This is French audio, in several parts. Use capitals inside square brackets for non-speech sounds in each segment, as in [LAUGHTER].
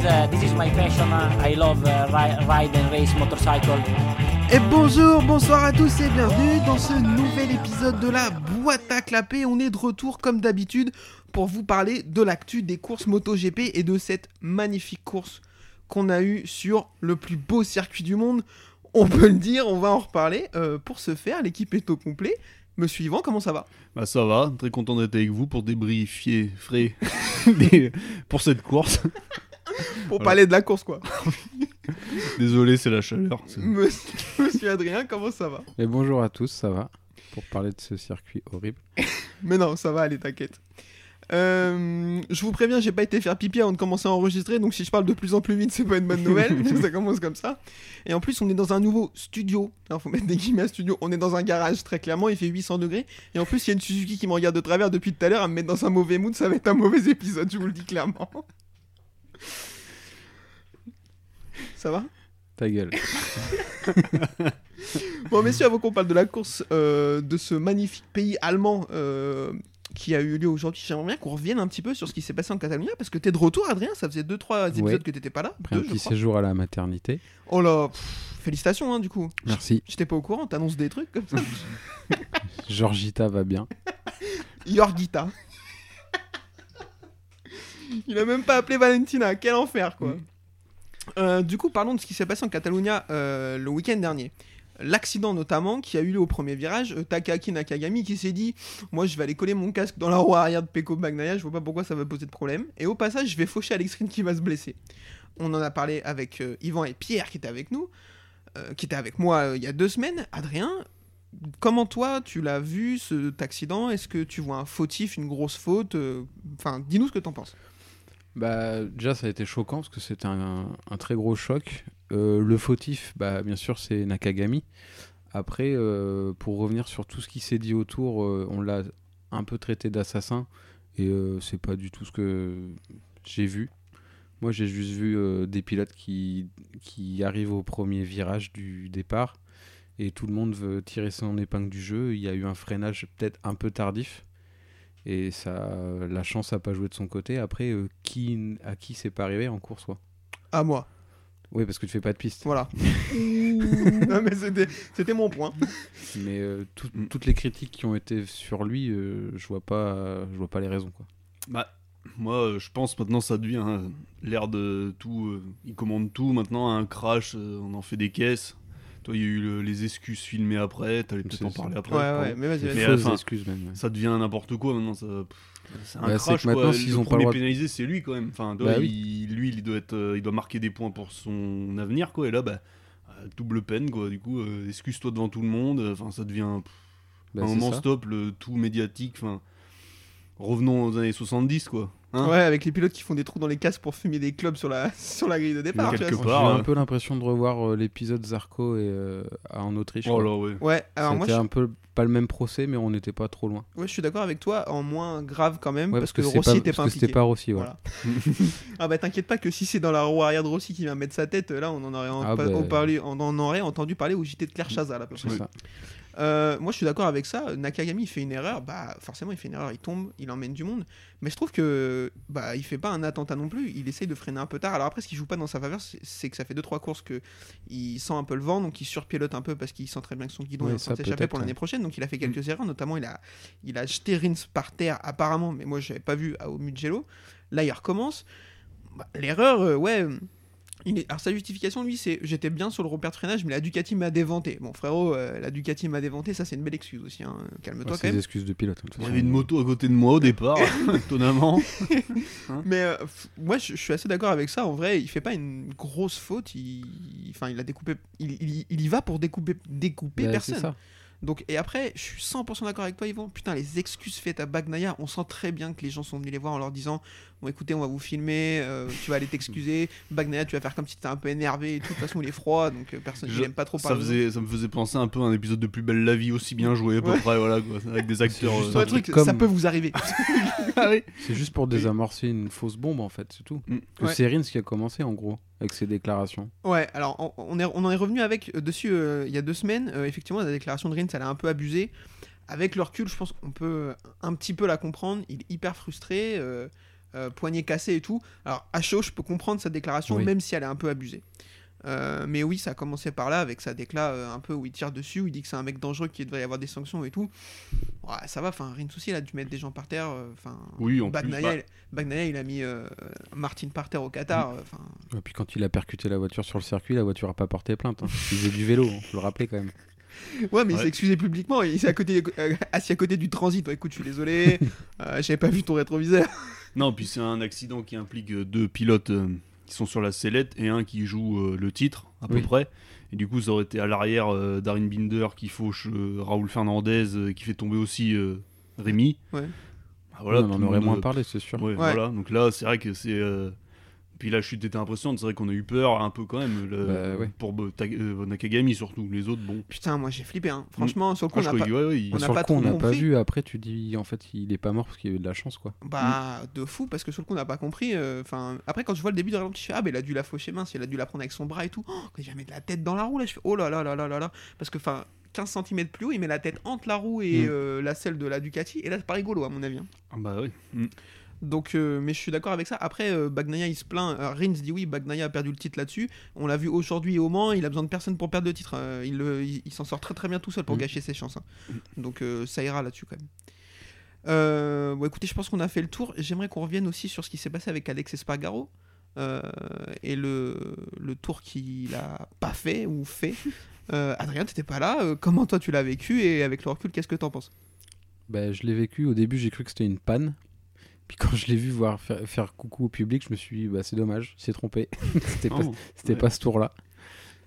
uh, is my passion. I love uh, ri- ride and race motorcycle. Et bonjour, bonsoir à tous et bienvenue dans ce nouvel épisode de la boîte à clapper. On est de retour comme d'habitude pour vous parler de l'actu des courses MotoGP et de cette magnifique course qu'on a eue sur le plus beau circuit du monde. On peut le dire, on va en reparler. Euh, pour ce faire, l'équipe est au complet. Monsieur Yvan, comment ça va Bah ça va, très content d'être avec vous pour débriefer frais [LAUGHS] des- pour cette course. [LAUGHS] Pour Voilà. parler de la course, quoi. [LAUGHS] Désolé, c'est la chaleur. C'est- Monsieur, Monsieur Adrien, comment ça va Et bonjour à tous, ça va Pour parler de ce circuit horrible. [LAUGHS] Mais non, ça va, allez, t'inquiète. Euh, je vous préviens, j'ai pas été faire pipi avant de commencer à enregistrer, donc si je parle de plus en plus vite, c'est pas une bonne nouvelle, parce que ça commence comme ça. Et en plus, on est dans un nouveau studio, il faut mettre des guillemets à studio, on est dans un garage très clairement, il fait 800 degrés, et en plus, il y a une Suzuki qui me regarde de travers depuis tout à l'heure à me mettre dans un mauvais mood, ça va être un mauvais épisode, je vous le dis clairement. Ça va Ta gueule. Bon, messieurs, avant qu'on parle de la course euh, de ce magnifique pays allemand euh, qui a eu lieu aujourd'hui, j'aimerais bien qu'on revienne un petit peu sur ce qui s'est passé en Catalogne, parce que t'es de retour, Adrien. Ça faisait 2-3 épisodes Ouais. que t'étais pas là. Après un Deux, je petit crois. séjour à la maternité. Oh là, pff, félicitations, hein, du coup. Merci. J'étais pas au courant, t'annonces des trucs comme ça. Georgita va bien. Yorgita. Il a même pas appelé Valentina, quel enfer quoi. Euh, du coup, parlons de ce qui s'est passé en Catalogne euh, le week-end dernier. L'accident notamment qui a eu lieu au premier virage, euh, Takaki Nakagami qui s'est dit Moi je vais aller coller mon casque dans la roue arrière de Peko Bagnaia, je vois pas pourquoi ça va poser de problème. Et au passage, je vais faucher Alex Rin qui va se blesser. On en a parlé avec euh, Yvan et Pierre qui étaient avec nous, euh, qui étaient avec moi euh, il y a deux semaines. Adrien, Comment toi, tu l'as vu cet accident Est-ce que tu vois un fautif, une grosse faute Euh, Enfin, dis-nous ce que t'en penses. Bah, déjà, ça a été choquant parce que c'était un, un très gros choc. Euh, le fautif, bah, bien sûr, c'est Nakagami. Après, euh, pour revenir sur tout ce qui s'est dit autour, euh, on l'a un peu traité d'assassin et euh, c'est pas du tout ce que j'ai vu. Moi, j'ai juste vu euh, des pilotes qui, qui arrivent au premier virage du départ et tout le monde veut tirer son épingle du jeu. Il y a eu un freinage peut-être un peu tardif. Et ça, la chance a pas joué de son côté. Après, euh, qui, n- à qui c'est pas arrivé en course quoi À moi, Oui, parce que tu fais pas de piste. voilà. [LAUGHS] non mais c'était, c'était mon point. Mais euh, tout- Mm. toutes les critiques qui ont été sur lui, euh, je vois pas, je vois pas les raisons quoi. Bah, moi, euh, je pense maintenant ça devient euh, l'ère de tout. euh, ils commandent tout maintenant. Un crash, euh, on en fait des caisses. Toi, il y a eu le- les excuses filmées après. T'allais peut-être C'est en ça. parler Ouais, après. ouais, pardon. mais vas-y, vas-y. Mais, Fausse enfin, excuse même. ouais. Ça devient n'importe quoi maintenant. Ça, pff, c'est un Bah, c'est que crash. quoi. maintenant, Le s'ils ont pas le premier droit de- pénalisé, c'est lui quand même. Enfin, toi, Bah oui. il- lui, il doit être, euh, il doit marquer des points pour son avenir, quoi. Et là, bah, euh, double peine, quoi. Du coup, euh, excuse-toi devant tout le monde. Enfin, ça devient Bah, à un c'est moment ça. stop, le tout médiatique. Enfin, revenons aux années 70, quoi. Hein Ouais, avec les pilotes qui font des trous dans les casques pour fumer des clubs sur la, [LAUGHS] sur la grille de départ. Mais tu vois, quelque c'est- J'ai part, un euh, peu l'impression de revoir euh, l'épisode Zarco et euh, en Autriche. Oh quoi. là, ouais. Ouais, alors moi C'était je, un peu pas le même procès, mais on n'était pas trop loin. ouais, je suis d'accord avec toi, en moins grave quand même, Ouais, parce, que, c'est Rossi était parce pas que c'était impliqué. pas Rossi. ouais. Voilà. ah bah t'inquiète pas que si c'est dans la roue arrière de Rossi qui va mettre sa tête, là on en aurait, en- Ah pas- bah. Mm. on parlé- on en aurait entendu parler au JT de Claire Chazal à peu près. C'est ça. Euh, moi, je suis d'accord avec ça. Nakagami il fait une erreur, bah forcément il fait une erreur, il tombe, il emmène du monde. Mais je trouve que bah il fait pas un attentat non plus. Il essaye de freiner un peu tard. Alors après, ce qui joue pas dans sa faveur, c'est- c'est que ça fait deux trois courses que il sent un peu le vent, donc il surpilote un peu parce qu'il sent très bien que son guidon Ouais, Mm. est en train de ça, s'échapper peut-être, pour l'année prochaine. Donc il a fait quelques erreurs, notamment il a il a jeté Rins par terre apparemment, mais moi je l'avais pas vu à- au Mugello. Là, il recommence. Bah, L'erreur, euh, ouais. Il est... Alors sa justification, lui, c'est j'étais bien sur le repère de freinage, mais la Ducati m'a déventé. Bon, frérot, euh, la Ducati m'a déventé, ça c'est une belle excuse aussi. hein. Calme-toi Ouais, quand C'est même. des excuses de pilote. hein, de toute Il y façon. avait une moto à côté de moi au [LAUGHS] départ, [LAUGHS] étonnamment. Mais euh, f- moi, je, je suis assez d'accord avec ça. En vrai, il fait pas une grosse faute. Il, enfin, il a découpé. Il, il- il y va pour découper, découper Bah, c'est personne. ça. Donc, et après, je suis 100% d'accord avec toi, Yvon. Putain, les excuses faites à Bagnaia, on sent très bien que les gens sont venus les voir en leur disant Bon, écoutez, on va vous filmer, euh, tu vas aller t'excuser. Bagnaia, tu vas faire comme si t'étais un peu énervé et tout. De toute façon, il est froid, donc euh, personne Je- n'aime pas trop ça, parler. faisait, ça me faisait penser un peu à un épisode de Plus belle la vie, aussi bien joué à peu Ouais. près, voilà, quoi. Avec des [LAUGHS] acteurs. juste euh, un truc, comme- ça peut vous arriver. [LAUGHS] Ah oui. C'est juste pour désamorcer une fausse bombe en fait, c'est tout. Mm. Que Ouais. C'est Rins qui a commencé en gros avec ses déclarations. Ouais, alors on, on est, on en est revenu avec euh, dessus euh, il y a deux semaines. Euh, effectivement, la déclaration de Rins, elle a un peu abusé. Avec le recul, je pense qu'on peut euh, un petit peu la comprendre. Il est hyper frustré. euh, euh, poignet cassé et tout. Alors, à chaud, je peux comprendre sa déclaration, Oui. même si elle est un peu abusée. Euh, mais oui, ça a commencé par là, avec sa décla euh, un peu où il tire dessus, où il dit que c'est un mec dangereux, qu'il devrait y avoir des sanctions et tout. Ouais, ça va, enfin, rien de souci, il a dû mettre des gens par terre. euh, Enfin, Oui, en plus. Bagnaia, bah, il- Bagnaia, il a mis euh, Martin par terre au Qatar. euh, Enfin, Et puis quand il a percuté la voiture sur le circuit, la voiture a pas porté plainte. hein. Il faisait du vélo, hein, faut le rappeler quand même. Ouais, mais il Ouais. s'est excusé publiquement. Il s'est à côté, euh, assis à côté du transit. Ouais, écoute, je suis [LAUGHS] désolé. euh, J'avais pas vu ton rétroviseur. Non, puis c'est un accident qui implique euh, deux pilotes euh, qui sont sur la sellette et un qui joue euh, le titre, à peu Oui. près. Et du coup, ça aurait été à l'arrière euh, Darin Binder qui fauche euh, Raoul Fernandez, euh, qui fait tomber aussi euh, Rémi. Ouais. Bah voilà, Oui, on tout en le aurait monde, moins euh, parlé, c'est sûr. Ouais, Ouais. voilà. Donc là, c'est vrai que c'est. euh, Puis la chute était impressionnante. C'est vrai qu'on a eu peur un peu quand même. le- Bah, ouais. Pour Bo- Ta- euh, Nakagami surtout. Les autres, bon. Putain, moi j'ai flippé. Hein. Franchement, sur le coup, Mm. Moi, on je a croyais- pas. ouais, ouais, il- on sur a le pas coup, on trop n'a pas compris. vu. Après, tu dis en fait, il est pas mort parce qu'il y avait de la chance, quoi. Bah, Mm. de fou, parce que sur le coup, on n'a pas compris. euh, Enfin, après, quand je vois le début de ralenti, je fais Ah, bah, il a dû la faucher mince, il a dû la prendre avec son bras et tout. Oh, quand il va mettre la tête dans la roue, là, je fais Oh là là là là là là. Parce que, enfin, 15 cm plus haut, il met la tête entre la roue et Mm. euh, la selle de la Ducati. Et là, c'est pas rigolo, à mon avis. hein. Ah bah oui. Mm. Donc, euh, mais je suis d'accord avec ça. Après, euh, Bagnaia, il se plaint. Euh, Rins dit oui, Bagnaia a perdu le titre là-dessus. On l'a vu aujourd'hui au Mans. Il a besoin de personne pour perdre le titre. Euh, il le- il il s'en sort très très bien tout seul pour Mm. gâcher ses chances. hein. Donc, euh, ça ira là-dessus quand même. Euh, bon, écoutez, je pense qu'on a fait le tour. J'aimerais qu'on revienne aussi sur ce qui s'est passé avec Alex Espargaro. euh, et le, le tour qu'il a pas fait ou fait. Euh, Adrien, t'étais pas là. Euh, comment toi tu l'as vécu et avec le recul, qu'est-ce que t'en penses Bah, je l'ai vécu. Au début, j'ai cru que c'était une panne. Puis quand je l'ai vu voir faire, faire coucou au public, je me suis dit, bah, c'est dommage, il s'est trompé. [LAUGHS] c'était pas, Non. c'était Ouais. pas ce tour-là.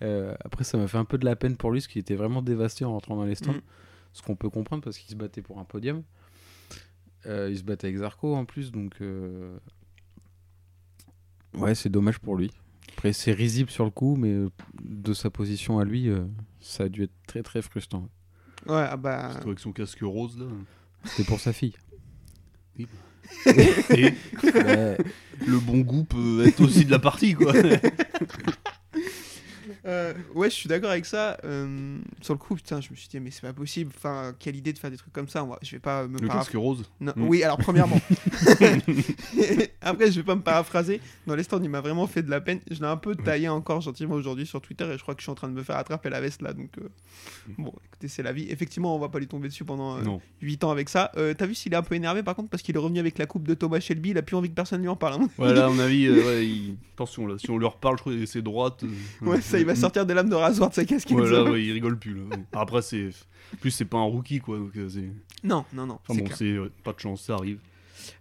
Euh, après, ça m'a fait un peu de la peine pour lui, parce qu'il était vraiment dévasté en rentrant dans les stands. Mm. Ce qu'on peut comprendre, parce qu'il se battait pour un podium. Euh, il se battait avec Zarco en plus, donc. euh, Ouais, c'est dommage pour lui. Après, c'est risible sur le coup, mais euh, de sa position à lui, euh, ça a dû être très très frustrant. Ouais, ah bah. Surtout avec son casque rose là. [LAUGHS] C'était pour sa fille. Et Ouais. le bon goût peut être aussi de la [LAUGHS] partie quoi. Euh, ouais, je suis d'accord avec ça. Euh, sur le coup, putain, je me suis dit, mais c'est pas possible. Enfin, quelle idée de faire des trucs comme ça. Moi, je vais pas me Le paraph- casque rose. Non, Mm. Oui, alors [LAUGHS] premièrement. [LAUGHS] Après, je vais pas me paraphraser. Dans les stands, il m'a vraiment fait de la peine. Je l'ai un peu taillé encore gentiment aujourd'hui sur Twitter et je crois que je suis en train de me faire attraper la veste là. Donc, euh, bon, écoutez, c'est la vie. Effectivement, on va pas lui tomber dessus pendant euh, Mm. Non. 8 ans avec ça. Euh, T'as vu s'il est un peu énervé par contre parce qu'il est revenu avec la coupe de Thomas Shelby. Il a plus envie que personne lui en parle. hein. Voilà, à mon avis, euh, ouais, il- attention là, si on leur parle, je crois que c'est droite. euh, Ouais, ça, il va Mm. sortir des lames de rasoir de sa casquette. Voilà, ouais, il rigole plus là. ouais. Après, c'est. en Plus, c'est pas un rookie quoi, donc euh, c'est. Non, non, non. Enfin c'est bon, clair. c'est. ouais, pas de chance, ça arrive.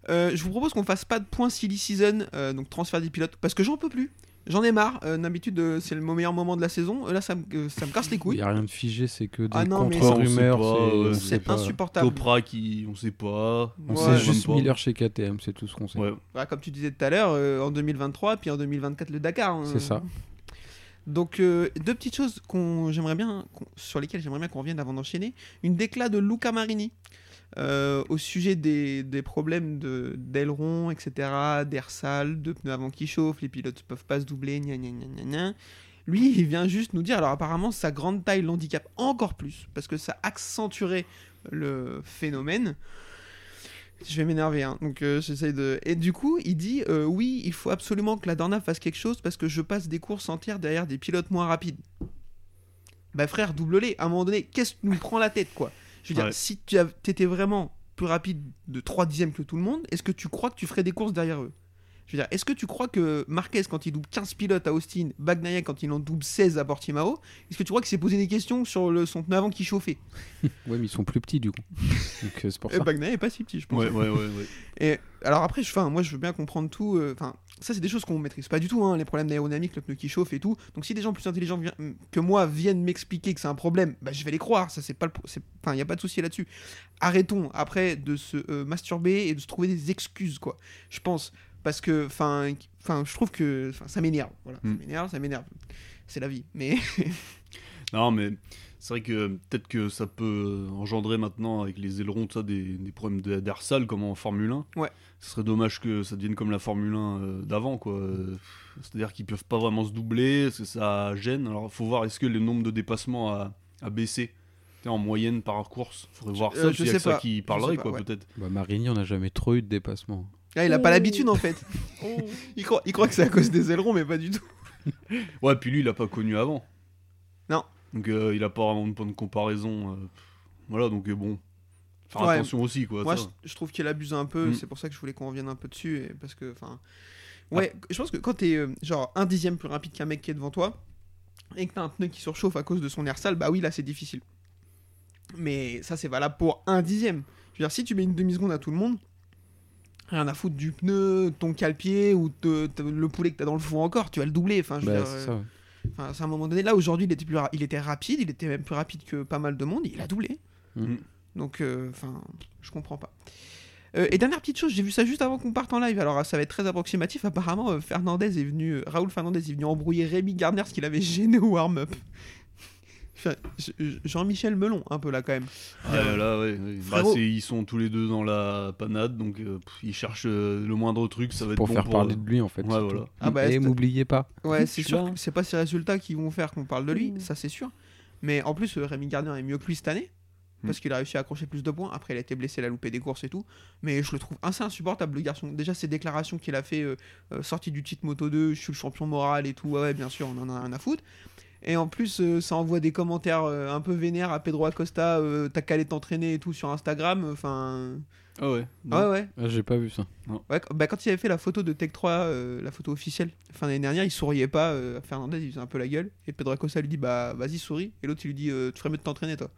Euh, je vous propose qu'on fasse pas de point silly season, euh, donc transfert des pilotes, parce que j'en peux plus. J'en ai marre. Euh, D'habitude, euh, c'est le meilleur moment de la saison. Euh, là, ça me, euh, ça me casse les Il n'y couilles. a rien de figé, c'est que des Ah non, mais- contre-rumeurs. On sait pas, c'est- ouais, on sait C'est pas. insupportable. Topra qui. On sait pas. On Ouais. sait Ouais, juste même pas. Miller chez KTM, c'est tout ce qu'on sait. Ouais. Voilà, comme tu disais tout à l'heure, euh, en 2023, puis en 2024, le Dakar. hein. C'est ça. Donc, euh, deux petites choses qu'on j'aimerais bien, qu'on- sur lesquelles j'aimerais bien qu'on revienne avant d'enchaîner. Une déclat de Luca Marini euh, au sujet des, des problèmes de- d'aileron, etc., d'air sale, de pneus avant qui chauffent, les pilotes peuvent pas se doubler, gna gna gna gna gna. Lui, il vient juste nous dire, alors apparemment, sa grande taille l'handicape encore plus, parce que ça accentuerait le phénomène. Je vais m'énerver, hein. donc euh, j'essaye de. Et du coup, il dit euh, oui, il faut absolument que la Dorna fasse quelque chose parce que je passe des courses entières derrière des pilotes moins rapides. Bah frère, double-les. À un moment donné, qu'est-ce qui nous prend la tête, quoi Je veux dire, Ouais. si tu av- t'étais vraiment plus rapide de 3 dixièmes que tout le monde, est-ce que tu crois que tu ferais des courses derrière eux Je veux dire, est-ce que tu crois que Marquez, quand il double 15 pilotes à Austin, Bagnaia, quand il en double 16 à Portimao, est-ce que tu crois qu'il s'est posé des questions sur le, son pneu avant qui chauffait Ouais, mais ils sont plus petits du coup. Donc euh, c'est pour Et ça. Bagnaia est pas si petit, je pense. Ouais, ouais, ouais, ouais. Et alors après, je, enfin, moi je veux bien comprendre tout. euh, Enfin, ça c'est des choses qu'on maîtrise pas du tout, hein, les problèmes d'aérodynamique, le pneu qui chauffe et tout. Donc si des gens plus intelligents vi- que moi viennent m'expliquer que c'est un problème, bah je vais les croire. Ça c'est pas le, pro- c'est- enfin, y a pas de souci là-dessus. Arrêtons après de se euh, masturber et de se trouver des excuses, quoi. Je pense parce que, enfin, qu- enfin, je trouve que, enfin, ça m'énerve. Voilà, ça Mm. m'énerve, ça m'énerve. C'est la vie. Mais [LAUGHS] Non, mais c'est vrai que euh, peut-être que ça peut euh, engendrer maintenant avec les ailerons, tout ça, des, des problèmes d'a- d'air sale comme en Formule 1. Ouais. Ce serait dommage que ça devienne comme la Formule 1 euh, d'avant, quoi. Euh, C'est-à-dire qu'ils peuvent pas vraiment se doubler, parce que ça gêne. Alors, faut voir, est-ce que le nombre de dépassements a, a baissé Tu sais, en moyenne par course, faudrait voir Euh, ça, je je sais sais ça pas. qui sais parlerait pas, quoi ouais. peut-être. Bah, Marigny, on n'a jamais trop eu de dépassement. Là, il a pas l'habitude en fait. [LAUGHS] il, croit, il croit que c'est à cause des ailerons, mais pas du tout. Ouais, puis lui, il a pas connu avant. Non. Donc euh, il a pas vraiment de point de comparaison. euh, voilà, donc euh, bon. Faire Ouais. attention aussi, quoi. Moi, ça. je, je trouve qu'il abuse un peu. Mm. C'est pour ça que je voulais qu'on revienne un peu dessus. et- parce que, enfin. Ouais, je pense que quand t'es euh, genre un dixième plus rapide qu'un mec qui est devant toi et que t'as un pneu qui surchauffe à cause de son air sale, bah oui, là c'est difficile. Mais ça, c'est valable pour un dixième. Je veux dire, si tu mets une demi-seconde à tout le monde, rien à foutre du pneu, ton calpier ou te- te- le poulet que t'as dans le four encore, tu vas le doubler. Enfin, je veux Bah, dire, c'est euh, ça, ouais. Enfin, c'est à un moment donné. Là, aujourd'hui, il était plus, ra- il était rapide, il était même plus rapide que pas mal de monde. et Il a doublé. Mhm. Donc, euh, enfin, je comprends pas. Euh, et dernière petite chose, j'ai vu ça juste avant qu'on parte en live. Alors, ça va être très approximatif. Apparemment, euh, Fernandez est venu, euh, Raoul Fernandez est venu embrouiller Rémi Gardner, ce qu'il avait gêné au warm-up. [LAUGHS] Enfin, je- je- Jean-Michel Melon, un peu là quand même. Ouais, Ah là, ouais, ouais. Bah, Frérot. c'est- ils sont tous les deux dans la panade, donc euh, pff, ils cherchent euh, le moindre truc, ça va être Pour bon faire pour euh, parler eux. de lui, en fait. Ouais, c'est tout. voilà. Ah, bah, Et c'est- m'oubliez pas. Ouais, c'est Je suis sûr. là. que C'est pas ces résultats qui vont faire qu'on parle de lui, Mm. ça c'est sûr. Mais en plus, euh, Rémi Gardner est mieux que lui cette année. Parce qu'il a réussi à accrocher plus de points. Après, il a été blessé, il a loupé des courses et tout. Mais je le trouve assez insupportable, le garçon. Déjà, ses déclarations qu'il a fait, euh, euh, sortie du titre Moto 2, je suis le champion moral et tout. Ouais, ouais, bien sûr, on en a rien à foutre. Et en plus, euh, ça envoie des commentaires euh, un peu vénères à Pedro Acosta. euh, T'as qu'à aller t'entraîner et tout sur Instagram. Enfin. Ah ouais. ah ouais, ouais. Ah, J'ai pas vu ça. Ouais, qu- bah, quand il avait fait la photo de Tech 3, euh, la photo officielle, fin d'année dernière, il souriait pas. euh, Fernandez, il faisait un peu la gueule. Et Pedro Acosta lui dit Bah, vas-y, souris. Et l'autre, il lui dit euh, Tu ferais mieux de t'entraîner, toi.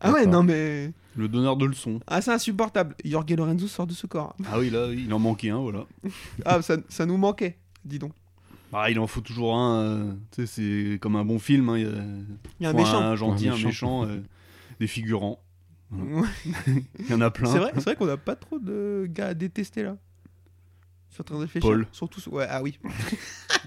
Ah ouais, D'accord. non, mais. Le donneur [LAUGHS] de leçons. Ah, c'est insupportable. Jorge Lorenzo sort de ce corps. Ah oui, là, il en manquait un, voilà. Ah, ça, ça nous manquait, dis donc. Bah, il en faut toujours un. euh, tu sais, c'est comme un bon film. hein, il y a- Il y a un faut méchant. Un gentil, Un un méchant. méchant, [LAUGHS] euh, des figurants. Ouais. Il y en a plein. C'est vrai, c'est vrai qu'on a pas trop de gars à détester là. Je suis en train de réfléchir. Paul. Surtout. Ouais, ah oui.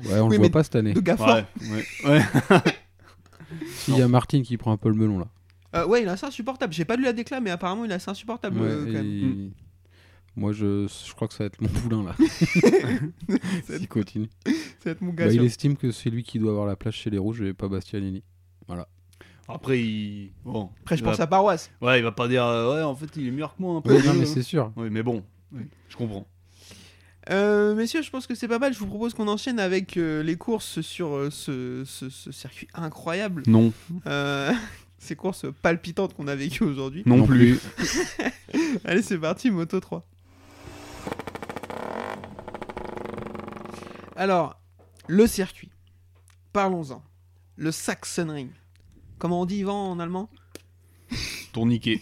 Ouais, on Oui, le voit mais- pas cette [LAUGHS] année. De gars forts. Ouais, ouais, ouais. [LAUGHS] S'il y a Martin qui prend un peu le melon, là. Euh, ouais, il est assez insupportable. J'ai pas lu la décla, mais apparemment, il est assez insupportable Ouais, euh, quand même. et- Moi, je, je crois que ça va être mon poulain, [LAUGHS] là. [LAUGHS] C'est- S'il continue. Ça va être mon gars. Bah, sûr. il estime que c'est lui qui doit avoir la place chez les Rouges et pas Bastianini. Après, il. Bon. Après, je il va- pense à paroisse. Ouais, il va pas dire. euh, ouais, en fait, il est meilleur que moi un peu. Ouais, non, mais Euh, c'est sûr. Oui, mais bon, oui, je comprends. Euh, messieurs, je pense que c'est pas mal. Je vous propose qu'on enchaîne avec euh, les courses sur euh, ce, ce- ce circuit incroyable. Non, Euh, [LAUGHS] ces courses palpitantes qu'on a vécues aujourd'hui. non, plus. Allez, c'est parti, Moto 3. Alors, le circuit. Parlons-en. Le Sachsenring. Comment on dit, Yvan, en allemand [LAUGHS] Tourniquet.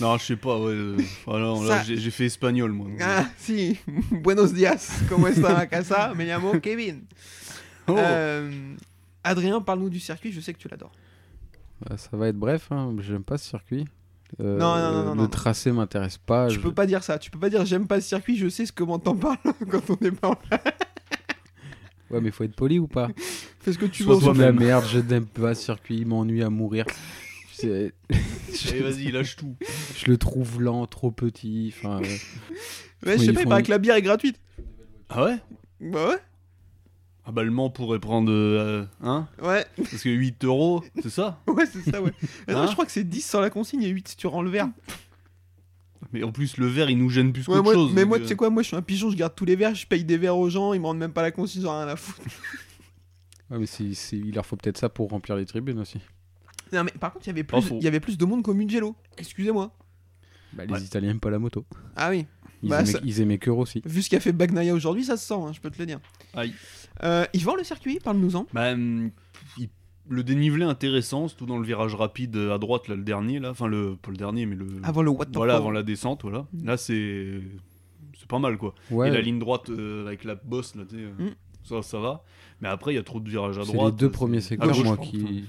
non, je sais pas, ouais. euh, voilà, là, Ça- j'ai j'ai fait espagnol, moi. donc, Ah, si. [LAUGHS] Buenos dias. Como está la casa? Me llamo Kevin. Oh. Euh, Adrien, parle-nous du circuit. Je sais que tu l'adores. Bah, ça va être bref, hein. j'aime pas ce circuit. Euh, Non, non, non, non, le non. tracé m'intéresse Ah, pas. Tu je- peux pas dire ça. Tu peux pas dire j'aime pas le circuit, je sais ce comment t'en parles [LAUGHS] quand on est pas en Ouais, mais faut être poli ou pas Fais ce que tu Je veux. Sois trouve de la toi-même. merde, je n'aime pas ce circuit, il m'ennuie à mourir. [LAUGHS] C'est- Allez, Eh, vas-y, lâche tout. Je le trouve lent, trop petit. Enfin, euh, Ouais, je sais ils pas, il font- paraît que la bière est gratuite. Ah ouais Bah ouais. Ah bah, le Mans pourrait prendre. euh, hein Ouais, [LAUGHS] Parce que 8 euros, c'est ça ouais, c'est ça, [LAUGHS] ouais. Mais non, Hein je crois que c'est 10 sans la consigne et 8 si tu rends le verre. Mais en plus, le verre, il nous gêne plus Ouais, qu'autre moi- chose. mais donc, moi, euh, tu sais quoi, moi je suis un pigeon, je garde tous les verres, je paye des verres aux gens, ils me rendent même pas la consigne, ils en ont rien à foutre. [LAUGHS] ouais, mais c'est- c'est- il leur faut peut-être ça pour remplir les tribunes aussi. Non, mais par contre, il y avait Pas plus- faux. il y avait plus de monde qu'au Mugello. Excusez-moi. Bah, les Ouais. Italiens aiment pas la moto. Ah oui. Ils, Bah, aimaient, ça- ils aimaient que Rossi. Vu ce qu'a fait Bagnaia aujourd'hui, ça se sent, hein, je peux te le dire. Aïe. Euh, Yvan, le circuit, parle-nous-en. Bah, hum, il- le dénivelé intéressant, surtout dans le virage rapide euh, à droite, là, le dernier, là. Enfin, le, pas le dernier, mais le. Avant le Waterfall. voilà, avant la descente, voilà. Là, c'est. C'est pas mal, quoi. Ouais, et la ligne droite euh, avec la bosse là, tu sais, euh, Mm. ça, ça va. Mais après, il y a trop de virages à c'est droite. les deux c'est- Ah premiers à secteurs, gauche, moi, pardon. qui...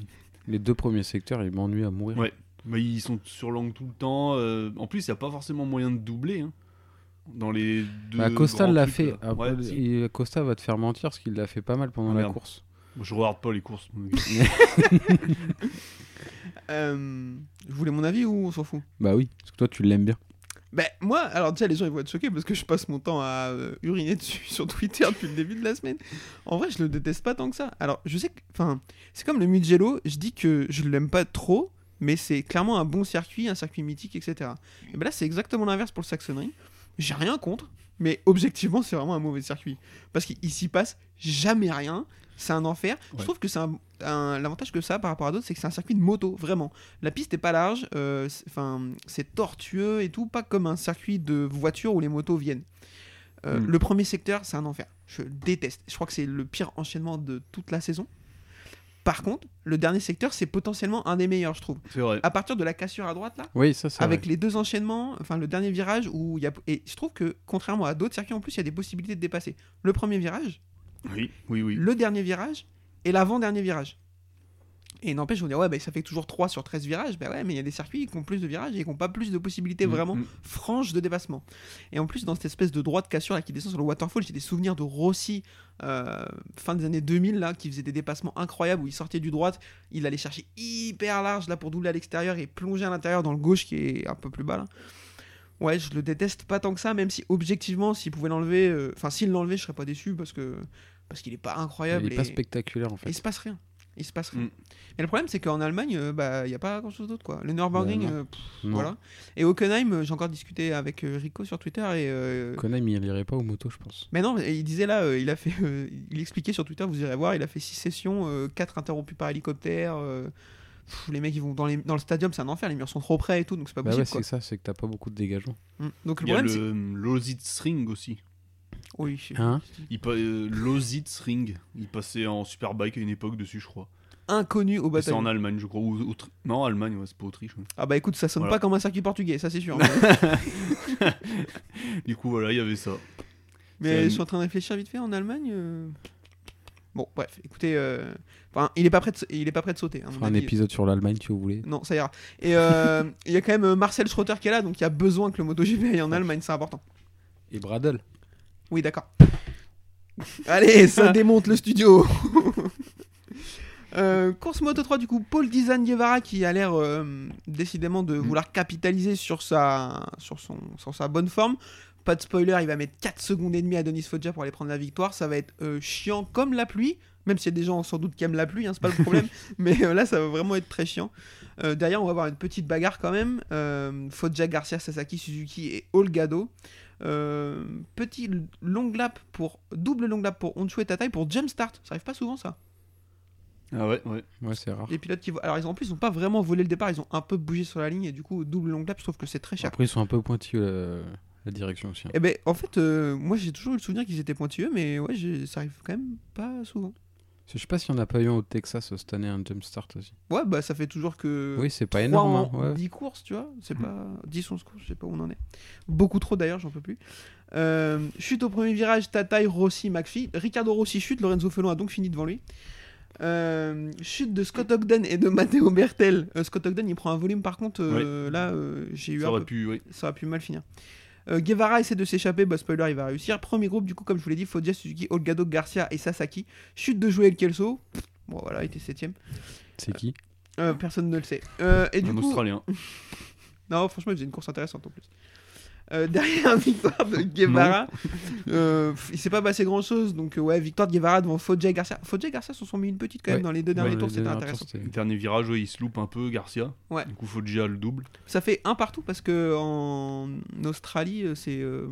Les deux premiers secteurs, ils m'ennuient à mourir. Ouais. hein. Mais ils sont sur l'angle tout le temps. euh, en plus, il n'y a pas forcément moyen de doubler. hein, dans les deux. Bah, Costa grands l'a trucs, fait. là. Après, Ouais, si. et Costa va te faire mentir parce qu'il l'a fait pas mal pendant Ah, la merde. course. Moi, Je regarde pas les courses. donc. Euh, vous voulez mon avis ou on s'en fout Bah oui, parce que toi tu l'aimes bien. Ben, moi, alors déjà, les gens ils vont être choqués parce que je passe mon temps à euh, uriner dessus [LAUGHS] sur Twitter depuis le début de la semaine. En vrai, je le déteste pas tant que ça. Alors, je sais que. Enfin, c'est comme le Mugello, je dis que je l'aime pas trop, mais c'est clairement un bon circuit, un circuit mythique, etc. Et ben là, c'est exactement l'inverse pour le Saxon Ring. J'ai rien contre, mais objectivement, c'est vraiment un mauvais circuit. Parce qu'il s'y passe jamais rien. C'est un enfer. Je Ouais. trouve que c'est un, un- l'avantage que ça a par rapport à d'autres, c'est que c'est un circuit de moto, vraiment. La piste est pas large, euh, c'est- enfin c'est tortueux et tout, pas comme un circuit de voiture où les motos viennent. Euh, Hmm. Mm. Le premier secteur, c'est un enfer. Je déteste. Je crois que c'est le pire enchaînement de toute la saison. Par contre, le dernier secteur, c'est potentiellement un des meilleurs, je trouve. [LAUGHS] C'est vrai. À partir de la cassure à droite, là, Oui, ça, c'est avec vrai. les deux enchaînements, enfin le dernier virage où il y a. Et je trouve que, contrairement à d'autres circuits, en plus, il y a des possibilités de dépasser. Le premier virage, Oui, oui, oui. le dernier virage et l'avant-dernier virage. Et n'empêche, on dit, ouais, bah, ça fait toujours 3 sur 13 virages. Bah ouais, mais il y a des circuits qui ont plus de virages et qui n'ont pas plus de possibilités Mm, vraiment mm. franches de dépassement. Et en plus, dans cette espèce de droite cassure là, qui descend sur le waterfall, j'ai des souvenirs de Rossi, euh, fin des années 2000, là, qui faisait des dépassements incroyables où il sortait du droite, il allait chercher hyper large là pour doubler à l'extérieur et plonger à l'intérieur dans le gauche qui est un peu plus bas là. Ouais, je le déteste pas tant que ça, même si objectivement, s'il pouvait l'enlever, euh, enfin s'il l'enlevait, je serais pas déçu parce que parce qu'il est pas incroyable. Il est pas et- spectaculaire en et il fait. se passe rien. Il se passe rien. Mm. Mais le problème, c'est qu'en Allemagne, euh, bah, il n'y a pas grand-chose d'autre. quoi. Le Nürburgring, Bah, non. euh, pff, Non. voilà. Et Hockenheim, euh, j'ai encore discuté avec euh, Rico sur Twitter. et euh, Konami, il irait pas aux motos, je pense. Mais non, et il disait là, euh, il a fait, [LAUGHS] euh, il expliquait sur Twitter, vous irez voir, il a fait 6 sessions, 4 interrompues par hélicoptère. euh, pff, les mecs, ils vont dans, les- dans le stadium, c'est un enfer, les murs sont trop près et tout, donc c'est pas Bah possible. ouais, c'est ça, c'est que t'as pas beaucoup de dégagement. quoi. Mm. Donc le Il y a problème, c'est. le Lozitzring aussi. Oui, c'est Hein Il pa... euh, Lozitzring. Il passait en superbike à une époque dessus, je crois. inconnu au Et C'est bataillon. en Allemagne, je crois. Ou Autri- Non, Allemagne, ouais, c'est pas Autriche. ouais. Ah bah écoute, ça sonne Voilà. pas comme un circuit portugais, ça c'est [LAUGHS] sûr. hein. Du coup, voilà, il y avait ça. Mais Euh, je suis en train de réfléchir vite fait en Allemagne. euh, Bon, bref, écoutez, euh, enfin, il est pas prêt de, sa- il est pas prêt de sauter. hein, à On mon fera un avis. épisode sur l'Allemagne si vous voulez. Non, ça ira. Et euh, [LAUGHS] il y a quand même euh, Marcel Schroeter qui est là, donc il y a besoin que le MotoGP aille en Allemagne, c'est important. Et Bradle. Oui, d'accord. Allez, ça démonte le studio. [LAUGHS] Euh, course Moto 3 du coup Paul Dizan Guevara qui a l'air euh, décidément de vouloir capitaliser sur sa, sur, son, sur sa bonne forme pas de spoiler il va mettre 4 secondes et demie à Denis Foggia pour aller prendre la victoire ça va être euh, chiant comme la pluie même s'il y a des gens sans doute qui aiment la pluie hein, c'est pas le problème mais euh, là ça va vraiment être très chiant Euh, derrière on va avoir une petite bagarre quand même Euh, Foggia, Garcia, Sasaki, Suzuki et Olgado euh, petit l- long lap pour double long lap pour Honshu et Tatai pour Jumpstart. Ça arrive pas souvent ça. Ah ouais, ouais. Ouais, c'est rare. Les pilotes qui vo- alors ils ont, en plus ils ont pas vraiment volé le départ, ils ont un peu bougé sur la ligne et du coup double long lap, je trouve que c'est très cher. Après, ils sont un peu pointilleux la, la direction aussi. hein. Et ben en fait euh, moi j'ai toujours eu le souvenir qu'ils étaient pointilleux mais ouais j'ai- ça arrive quand même pas souvent. Je sais pas s'il y en a pas eu un au Texas euh, cette année, un jumpstart aussi. Ouais bah ça fait toujours que Oui, c'est pas trois énorme. en hein, ouais. 10 courses, tu vois, c'est Mm. pas 10 11 courses, je sais pas où on en est. Beaucoup trop d'ailleurs, j'en peux plus. Euh, chute au premier virage, Tatai, Rossi, McPhee. Ricardo Rossi chute, Lorenzo Felon a donc fini devant lui. Euh, chute de Scott Ogden et de Matteo Bertel. Euh, Scott Ogden il prend un volume par contre, euh, là euh, j'ai eu Ça un aurait peu- pu, ouais. ça aurait pu mal finir. Euh, Guevara essaie de s'échapper, bah spoiler il va réussir. Premier groupe du coup comme je vous l'ai dit, Foggia, Suzuki, Olgado, Garcia et Sasaki. Chute de Joel Kelso. Pff, Bon voilà, il était 7 C'est qui personne ne le sait. Euh, et du Un coup, Australien. non, franchement, il faisait une course intéressante en plus. Euh, [LAUGHS] derrière victoire de Guevara, euh, pff, il s'est pas passé grand chose. Donc, euh, ouais, victoire de Guevara devant Foggia et Garcia. Foggia et Garcia se sont mis une petite quand même Ouais. dans les deux derniers Ouais, tours, les c'était derniers intéressant. tours, c'était- Le Dernier virage, ouais, il se loupe un peu, Garcia. Ouais. Du coup, faut déjà le double. Ça fait un partout parce que en Australie, euh, c'est euh,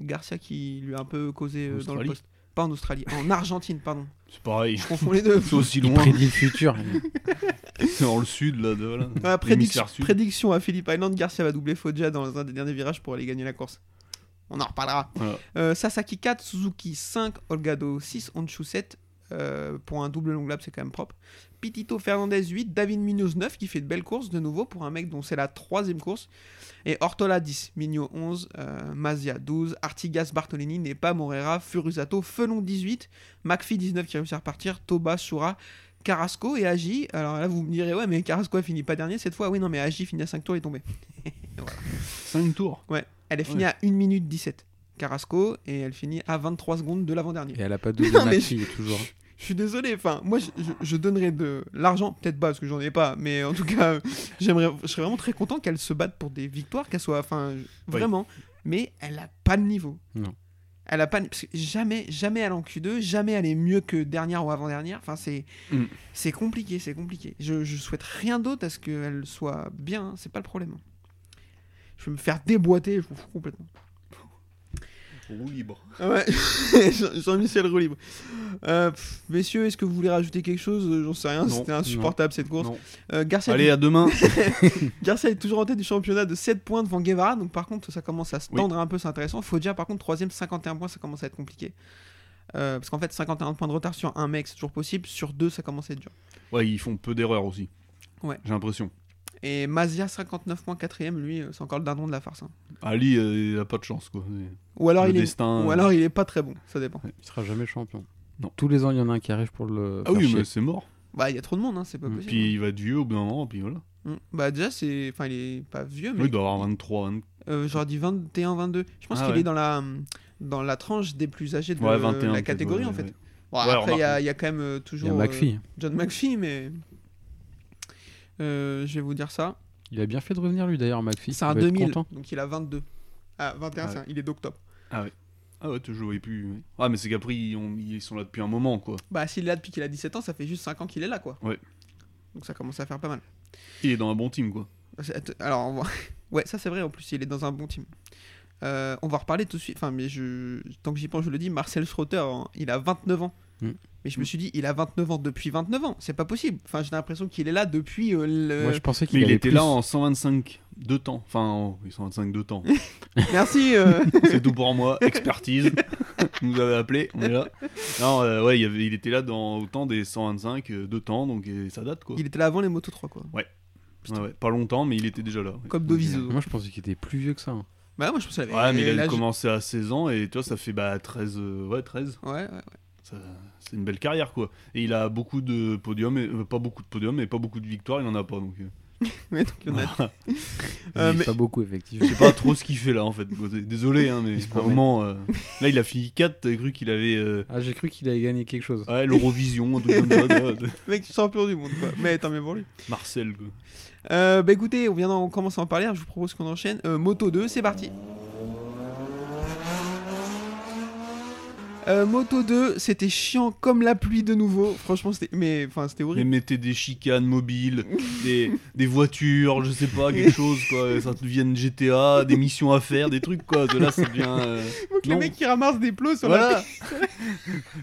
Garcia qui lui a un peu causé euh, dans le Australie poste. Pas en Australie, en Argentine, pardon. C'est [LAUGHS] pareil. Je confonds les [LAUGHS] deux. C'est aussi Il loin. prédit le futur. [LAUGHS] C'est [LAUGHS] dans le sud, là. De, voilà. [LAUGHS] Ah, prédiction, L'hémisphère sud. prédiction à Philippe Island, Garcia va doubler Foggia dans un des derniers virages pour aller gagner la course. On en reparlera. Voilà. Euh, Sasaki 4, Suzuki 5, Olgado 6, Honshu 7. euh, pour un double long lap, c'est quand même propre. Pitito Fernandez 8, David Munoz 9, qui fait de belles courses de nouveau pour un mec dont c'est la troisième course. Et Ortola 10, Migno 11, euh, Mazia 12, Artigas Bartolini, Nepa Morera, Furusato, Felon 18, McPhee 19 qui réussit à repartir, Toba, Sura, Carrasco et Agi. Alors là, vous me direz, ouais, mais Carrasco a fini pas dernier cette fois. Oui, non, mais Agi finit à 5 tours, il est tombé. Cinq tours. Elle est finie à 1 minute 17. Carrasco, et elle finit à 23 secondes de l'avant-dernier. Et elle a pas de Non, mais Maxi, toujours. Je suis désolé, enfin, moi je, je- je donnerais de l'argent, peut-être pas parce que j'en ai pas, mais en tout cas, [LAUGHS] euh, j'aimerais, je serais vraiment très content qu'elle se batte pour des victoires, qu'elle soit, enfin, je- vraiment, mais elle a pas de niveau. Non. Elle a pas parce que jamais jamais elle est en Q2, jamais elle est mieux que dernière ou avant-dernière. Enfin c'est Mm. c'est compliqué, c'est compliqué. Je, je souhaite rien d'autre à ce qu'elle soit bien, hein, c'est pas le problème. Je vais me faire déboîter, je m'en fous complètement. Roue libre. Ah Ouais, [LAUGHS] Jean- Jean-Michel Roux libre. Euh, pff, messieurs, est-ce que vous voulez rajouter quelque chose Euh, J'en sais rien, Non, c'était insupportable cette course. non. Euh, Garcia, Allez, [LAUGHS] à demain. Garcia est toujours en tête du championnat de 7 points devant Guevara, donc par contre ça commence à se Oui. tendre un peu, c'est intéressant. Foggia par contre 3ème, 51 points, ça commence à être compliqué. Euh, parce qu'en fait 51 points de retard sur un mec c'est toujours possible, sur deux ça commence à être dur. Ouais, ils font peu d'erreurs aussi. Ouais. J'ai l'impression. Et Mazia 59 points, 4ème, lui euh, c'est encore le dindon de la farce. hein. Ali, euh, il a pas de chance, quoi. Ou, alors le Bah, il est... destin. Ou euh, alors il est pas très bon, ça dépend. Il sera jamais champion. Non. Tous les ans, il y en a un qui arrive pour le. Ah faire oui, chier. mais c'est mort. Bah il y a trop de monde, hein, c'est pas Mm. possible. Mmh, Puis il va être vieux au bout d'un moment, puis voilà. Mm. Bah déjà c'est... Enfin il est pas vieux Ah, mais... Il doit avoir 23, 24. Euh, j'aurais dit 21, 22. Je pense Ah qu'il ouais. est dans la, hum, dans la tranche des plus âgés de Ouais, 21. la peut-être, catégorie ouais, en fait. ouais. Bon, Ouais, après, il y, a- remarque. il y a quand même euh, Il y a toujours euh, McPhee. John McPhee, mais euh, je vais vous dire ça. Il a bien fait de revenir, lui, d'ailleurs, McPhee. C'est Il un va être 2000, content. donc il a 22. Ah, 21, Ouais. c'est un- il est d'octobre. Ah ouais, tu jouais plus. ouais. Ah, mais c'est qu'après, ils, ont- ils sont là depuis un moment, quoi. Bah, s'il est là depuis qu'il a 17 ans, ça fait juste 5 ans qu'il est là, quoi. Ouais. Donc ça commence à faire pas mal. Il est dans un bon team, quoi. C'est- Alors, on va- [LAUGHS] ouais, ça c'est vrai en plus, il est dans un bon team. Euh, on va reparler tout de suite, enfin, mais je... tant que j'y pense, je le dis, Marcel Schroeter, hein, il a 29 ans. Mm. Mais je me suis dit, il a 29 ans depuis 29 ans, c'est pas possible. Enfin, j'ai l'impression qu'il est là depuis euh, le. [LAUGHS] Moi, je pensais qu'il Mais il allait était plus. là en 125 de temps. Enfin, en 125 de [LAUGHS] temps. Merci. [LAUGHS] euh, C'est tout pour moi. [LAUGHS] Expertise. Vous nous avez appelé, on est là. Non, euh, ouais, il, y avait- il était là dans autant des 125 euh, de temps, donc et ça date, quoi. il était là avant les motos 3, quoi. Ouais, ouais, pas longtemps, mais il était déjà là. ouais. Comme Doviso. Moi, je pensais qu'il était plus vieux que ça. hein. Bah, moi je pensais. Ouais, mais il a l'âge- commencé à 16 ans et toi, ça fait bah, 13. euh, ouais, 13. Ouais, ouais, [LAUGHS] ouais. Ça- c'est une belle carrière, quoi. Et il a beaucoup de podiums, et, euh, pas beaucoup de podiums, et pas beaucoup de victoires, il en a pas. Donc, euh, Ouais, donc, il y en [LAUGHS] a- Il Euh, dit mais- Pas beaucoup, je effectivement. sais pas trop ce qu'il fait là, en fait. Bon, d- Désolé, hein, mais Il se à un promène. moment, euh, là, il a fini 4, t'as cru qu'il avait. euh, Ah, j'ai cru qu'il allait gagner quelque chose. ouais, l'Eurovision, un truc comme ça, tu vois, de- [LAUGHS] Mec, champion du monde, quoi. Mais tant mieux pour lui. Marcel, quoi. Euh, bah écoutez, on vient d'en commencer à en parler, hein, je vous propose qu'on enchaîne. Euh, Moto 2, c'est parti. Euh, Moto 2, c'était chiant comme la pluie de nouveau. Franchement, c'était mais enfin c'était Mais horrible. mettez des chicanes mobiles, [LAUGHS] des, des voitures, je sais pas, quelque chose, [LAUGHS] quoi. Ça devienne GTA, des missions à faire, des trucs, quoi. De là, ça devient. euh, Donc les non. mecs qui ramassent des plots [LAUGHS] sur la Voilà.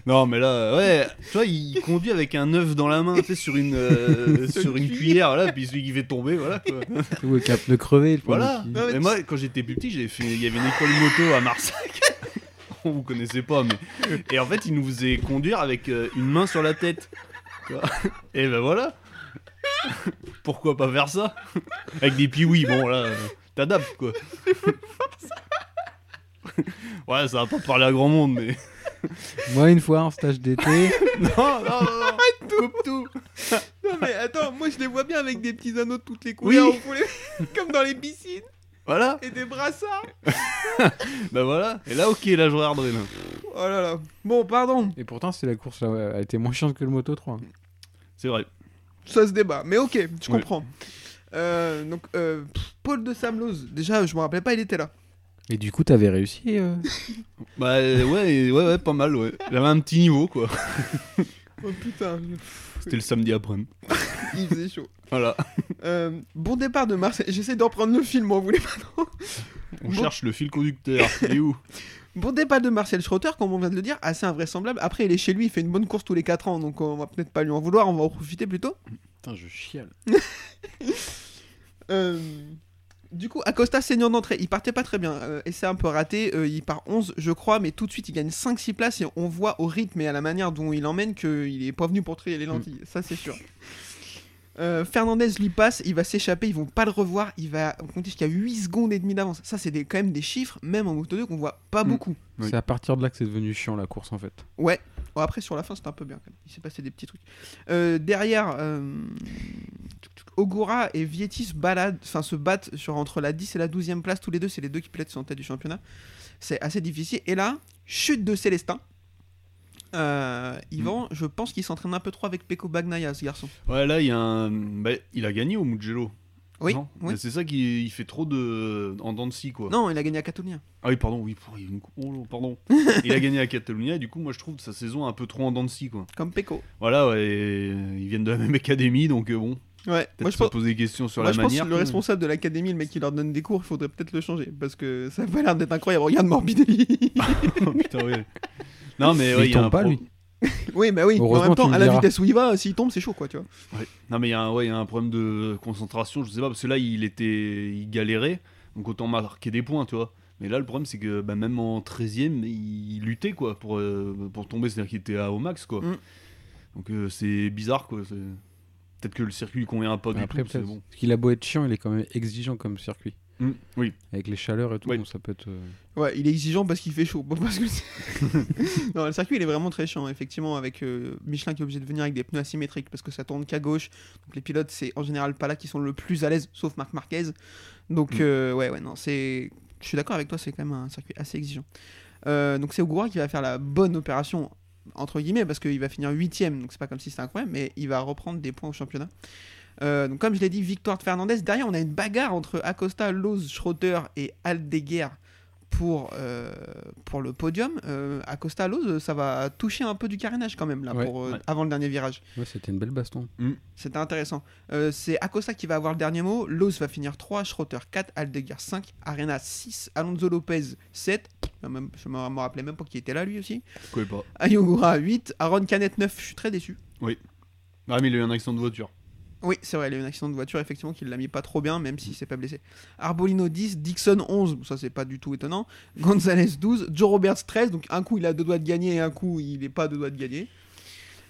non mais là, ouais, tu vois, il conduit avec un œuf dans la main, tu sais, sur une euh, [LAUGHS] Sur sur une une cuillère, là, puis celui qui fait tomber, voilà. Quoi. Ou cap de crever. le pauvre voilà. qui- Non, mais Et moi, quand j'étais plus petit, j'avais fait, il y avait une école moto à Marsac. [LAUGHS] On vous connaissait pas, mais et en fait, il nous faisait conduire avec euh, une main sur la tête. Tu vois. [LAUGHS] Et ben voilà. [LAUGHS] Pourquoi pas faire ça [LAUGHS] Avec des piouis, bon là, euh, t'adaptes quoi. [LAUGHS] ouais, ça va pas parler à grand monde, mais. [LAUGHS] Moi, une fois, en stage d'été, Non, non, non, non. Coupe tout. [LAUGHS] Non mais attends, moi je les vois bien avec des petits anneaux de toutes les couleurs Oui. au poulet, [LAUGHS] comme dans les piscines Voilà, et des brassards. bah voilà. Et là, ok, là, je regarderai. Là. Oh là là. Bon, pardon, et pourtant, c'est la course, là, ouais, elle était moins chiante que le Moto 3. C'est vrai. ça se débat, mais OK, je Oui. comprends. Euh, donc euh, pff, Paul de Samlose, déjà je me rappelais pas, il était là. Et du coup, t'avais réussi. euh. Bah euh, ouais, ouais, ouais, pas mal, ouais. J'avais un petit niveau, quoi. Oh putain, C'était le samedi après-midi. il faisait chaud. Voilà. Euh, bon départ de Marseille. J'essaie d'en prendre le film, on voulait pas trop. On Bon. cherche le fil [LAUGHS] conducteur. Il est où Bon départ de Marcel Schroeter, comme on vient de le dire, assez invraisemblable. Après, il est chez lui, il fait une bonne course tous les 4 ans, donc on va peut-être pas lui en vouloir, on va en profiter plutôt. Putain, je chiale. Euh, du coup, Acosta saignant d'entrée, il partait pas très bien, euh, et c'est un peu raté. euh, il part 11, je crois, mais tout de suite, il gagne 5-6 places, et on voit au rythme et à la manière dont il emmène qu'il est pas venu pour trier les lentilles, ça c'est sûr. Euh, Fernandez lui passe, il va s'échapper, ils vont pas le revoir, il va compter jusqu'à 8 secondes et demie d'avance. Ça, c'est des- quand même des chiffres, même en Moto 2, qu'on voit pas Mm. beaucoup. Oui. C'est à partir de là que c'est devenu chiant, la course, en fait. Ouais. Bon, après, sur la fin, c'était un peu bien quand même. Il s'est passé des petits trucs. Euh, derrière, euh, Ogura et Vietti se, baladent- enfin, se battent sur, entre la 10 et la 12e place. Tous les deux, c'est les deux qui plaident sont en tête du championnat. C'est assez difficile. Et là, chute de Célestin. Euh, Hmm. Yvan, je pense qu'il s'entraîne un peu trop avec Peko Bagnaia, ce garçon. Ouais, là, il y a un. Bah, il a gagné au Mugello. Oui, non oui. Mais C'est ça qui il fait trop de en dents de scie quoi. Non, il a gagné à Catalunya. Ah oui pardon oui oh, il y a une- oh, [LAUGHS] pardon. il a gagné à Catalunya et du coup moi je trouve sa saison un peu trop en dents de scie quoi. Comme Peko. Voilà ouais, et, euh, ils viennent de la même académie donc euh, bon Ouais, moi peut-être je se pense. poser des questions sur moi, la je pense manière. que le responsable de l'académie, le mec qui leur donne des cours, il faudrait peut-être le changer parce que ça a pas l'air d'être incroyable. Regarde Morbidelli. [LAUGHS] Oh, putain ouais. Non mais Mais ouais, il y a tombe un pas, pro- lui. oui, mais oui. mais En Heureusement, même temps, tu me à la diras. vitesse où il va, s'il tombe, c'est chaud quoi, tu vois. Ouais. Non mais il y, a un- ouais, il y a un problème de concentration, je sais pas, parce que là il était il galérait, donc autant marquer des points, tu vois. Mais là le problème c'est que bah, même en 13ème, il luttait quoi pour, euh, pour tomber, c'est-à-dire qu'il était à au max quoi. Mm. Donc euh, c'est bizarre quoi. c'est- Peut-être que le circuit lui convient pas du Après, tout. c'est peut-être. bon. Parce qu'il a beau être chiant, il est quand même exigeant comme circuit. Mm. Oui. Avec les chaleurs et tout, Ouais. donc ça peut être. euh, Ouais, il est exigeant parce qu'il fait chaud. [LAUGHS] pas parce que [LAUGHS] c'est- non, le circuit il est vraiment très chiant, effectivement, avec euh, Michelin qui est obligé de venir avec des pneus asymétriques parce que ça tourne qu'à gauche. Donc les pilotes, c'est en général pas là qui sont le plus à l'aise, sauf Marc Marquez. Donc Mm. euh, ouais, ouais, non, c'est. Je suis d'accord avec toi, c'est quand même un circuit assez exigeant. Euh, donc c'est Ogura qui va faire la bonne opération entre guillemets parce qu'il va finir huitième, donc c'est pas comme si c'était incroyable, mais il va reprendre des points au championnat. Euh, donc comme je l'ai dit, victoire de Fernandez. Derrière, on a une bagarre entre Acosta, Loz, Schroeder et Aldeguer pour, euh, pour le podium. Euh, Acosta, Loz, ça va toucher un peu du carénage quand même là Ouais. pour, euh, Ouais. avant le dernier virage. Ouais, c'était une belle baston. C'était intéressant. Euh, c'est Acosta qui va avoir le dernier mot. Loz va finir 3, Schroeter 4, Aldeguer 5, Arena 6, Alonso Lopez 7. Je me je me rappelais même pas qu'il était là lui aussi. Je connais pas. Ayogura 8, Aaron Canet 9. Je suis très déçu. Ah mais il a eu un accident de voiture. Oui, c'est vrai, il a eu un accident de voiture, effectivement, qui l'a mis pas trop bien, même s'il s'est pas blessé. Arbolino 10, Dixon 11, ça c'est pas du tout étonnant. Gonzalez 12, Joe Roberts 13, donc un coup il a deux doigts de gagner et un coup il est pas à deux doigts de gagner.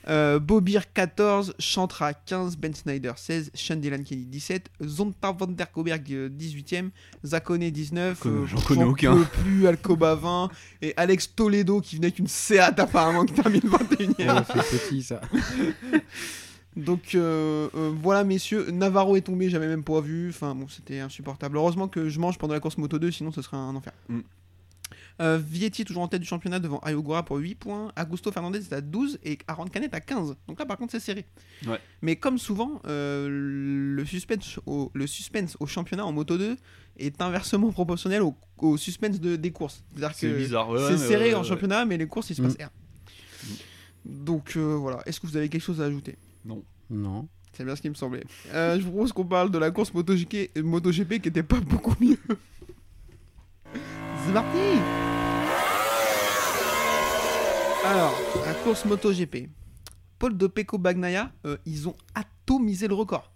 Euh, Bobir 14, Chantra 15, Ben Snyder 16, Sean Dylan Kenny 17, Zonta van der Koberg euh, 18e, Zakone 19, Comme euh, j'en connais j'en aucun. peux plus, Alcoba 20, et Alex Toledo qui venait avec une Seat apparemment qui termine 21e. Ouais, c'est petit ça. Donc euh, euh, voilà messieurs, Navarro est tombé, j'avais même pas vu, enfin bon c'était insupportable. Heureusement que je mange pendant la course Moto 2, sinon ce serait un enfer. Mm. Euh, Vietti toujours en tête du championnat devant Ayogura pour 8 points, Augusto Fernandez est à 12 et Aaron Canet à 15. Donc là par contre c'est serré. Ouais. Mais comme souvent, euh, le, suspense au, le suspense au championnat en Moto 2 est inversement proportionnel au, au suspense de- des courses. C'est-à-dire C'est que- bizarre. ouais, ouais, c'est mais serré ouais, en ouais. championnat, mais les courses, il se Mm. passe rien. Donc euh, voilà, est-ce que vous avez quelque chose à ajouter Non. C'est bien ce qui me semblait. Euh, je vous propose qu'on parle de la course MotoGP, MotoGP qui était pas beaucoup mieux. C'est parti Alors, la course MotoGP. Paul de Pecco Bagnaia, euh, ils ont atomisé le record.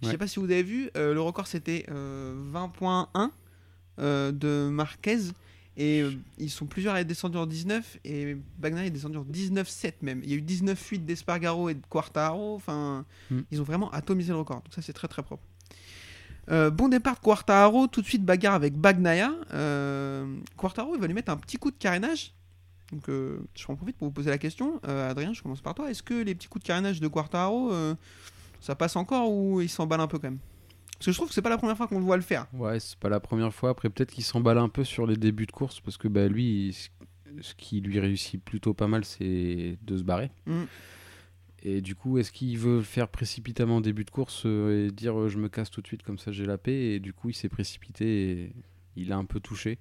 Je sais Ouais. pas si vous avez vu, euh, le record c'était euh, 20.1 euh, de Marquez. Et euh, ils sont plusieurs à être descendus en 19. Et Bagnaia est descendu en 19.7 même. Il y a eu 19.8 d'Espargaro et de Quartaro. Enfin, Mm. ils ont vraiment atomisé le record. Donc ça c'est très très propre. Euh, bon départ de Quartaro, tout de suite bagarre avec Bagnaia. Euh, Quartaro, il va lui mettre un petit coup de carénage. Donc, euh, je m'en profite pour vous poser la question. Euh, Adrien, je commence par toi. Est-ce que les petits coups de carénage de Quartaro, euh, ça passe encore ou il s'emballe un peu quand même Parce que je trouve que c'est pas la première fois qu'on le voit le faire. Ouais, c'est pas la première fois. Après, peut-être qu'il s'emballe un peu sur les débuts de course parce que bah, lui, il- ce- ce qui lui réussit plutôt pas mal, c'est de se barrer. Mm. Et du coup, est-ce qu'il veut le faire précipitamment en début de course euh, et dire euh, je me casse tout de suite comme ça j'ai la paix Et du coup, il s'est précipité et il a un peu touché.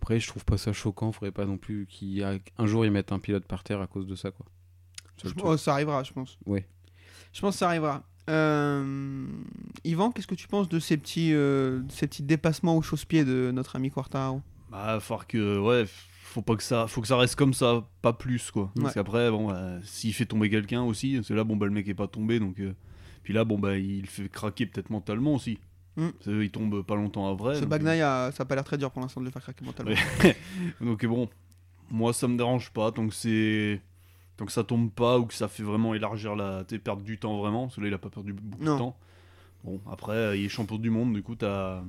Après, je trouve pas ça choquant. Faudrait pas non plus qu'un jour il mette un pilote par terre à cause de ça. quoi. C'est le Je- truc. oh, ça arrivera, je pense. Ouais. Je pense que ça arrivera. Euh, Yvan, qu'est-ce que tu penses de ces petits, euh, ces petits dépassements au chausse-pied de notre ami Quartaro Bah, faut que ouais, faut pas que ça, faut que ça reste comme ça, pas plus quoi. Ouais. Parce qu'après, bon, bah, s'il fait tomber quelqu'un aussi, c'est là, bon, bah le mec est pas tombé, donc. euh, Puis là, bon, bah il le fait craquer peut-être mentalement aussi. Mm. Parce que euh, Il tombe pas longtemps après. Ce donc, euh, Bagnaia, ça a pas l'air très dur pour l'instant de le faire craquer mentalement. Ouais. euh, donc bon, moi ça me dérange pas tant que c'est tant que ça tombe pas ou que ça fait vraiment élargir la tu sais, perdre du temps vraiment parce que là il a pas perdu beaucoup Non. de temps. Bon, après euh, il est champion du monde, du coup t'as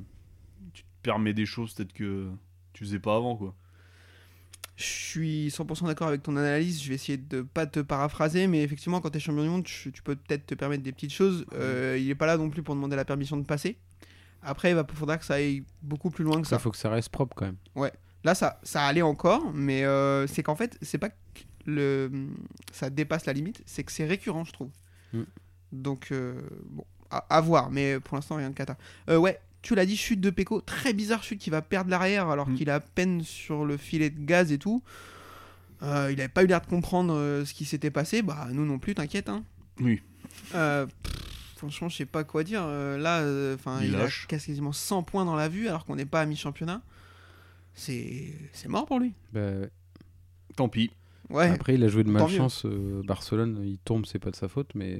tu te permets des choses peut-être que tu faisais pas avant quoi. Je suis 100% d'accord avec ton analyse. Je vais essayer de pas te paraphraser, mais effectivement, quand tu es champion du monde, tu, tu peux peut-être te permettre des petites choses. Euh, il est pas là non plus pour demander la permission de passer. Après, il va faudra que ça aille beaucoup plus loin que Ça, ça. faut que ça reste propre quand même. Là, ça, ça allait encore, mais euh, c'est qu'en fait, c'est pas que Hmm. le, ça dépasse la limite, c'est que c'est récurrent, je trouve. Mm. Donc, euh, bon, à, à voir, mais pour l'instant, rien de cata. Euh, ouais, tu l'as dit, chute de Peko. Très bizarre chute qui va perdre l'arrière alors Mm. qu'il est à peine sur le filet de gaz et tout. Euh, il n'avait pas eu l'air de comprendre euh, ce qui s'était passé. Bah, nous non plus, t'inquiète. Hein. Oui. Euh, pff, franchement, je sais pas quoi dire. Euh, là, euh, enfin, Il il, a lâche. quasiment 100 points dans la vue alors qu'on n'est pas à mi-championnat. C'est c'est mort pour lui. Bah, Tant pis. Ouais, Ah. Après, il a joué de tant malchance. euh, Barcelone, il tombe, c'est pas de sa faute, mais.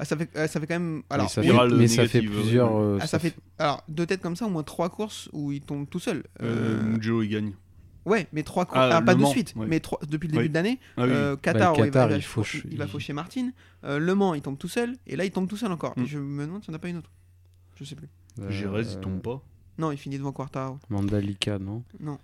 Ah, ça, fait, ah, ça fait quand même. Alors, mais ça il fait, y aura le mais ça négatif, fait euh, plusieurs. euh, Ah, ça fait... Alors, deux têtes comme ça, au moins trois courses où il tombe tout seul. Euh, Euh, Joe, il gagne. Ouais, mais trois courses. Ah, alors, pas Le de Mans, suite, ouais. mais trois... depuis le début Oui. de l'année. Ah oui. Euh, Qatar, Bah, le ouais, Qatar, va, il fauche- il va il- faucher Martine. Euh, le Mans, il tombe tout seul. Et là, il tombe tout seul encore. Mm. Et je me demande s'il n'y en a pas une autre. Je sais plus. euh, Gérez, il tombe pas. Non, il finit devant Quartaro. Mandalika, non Non.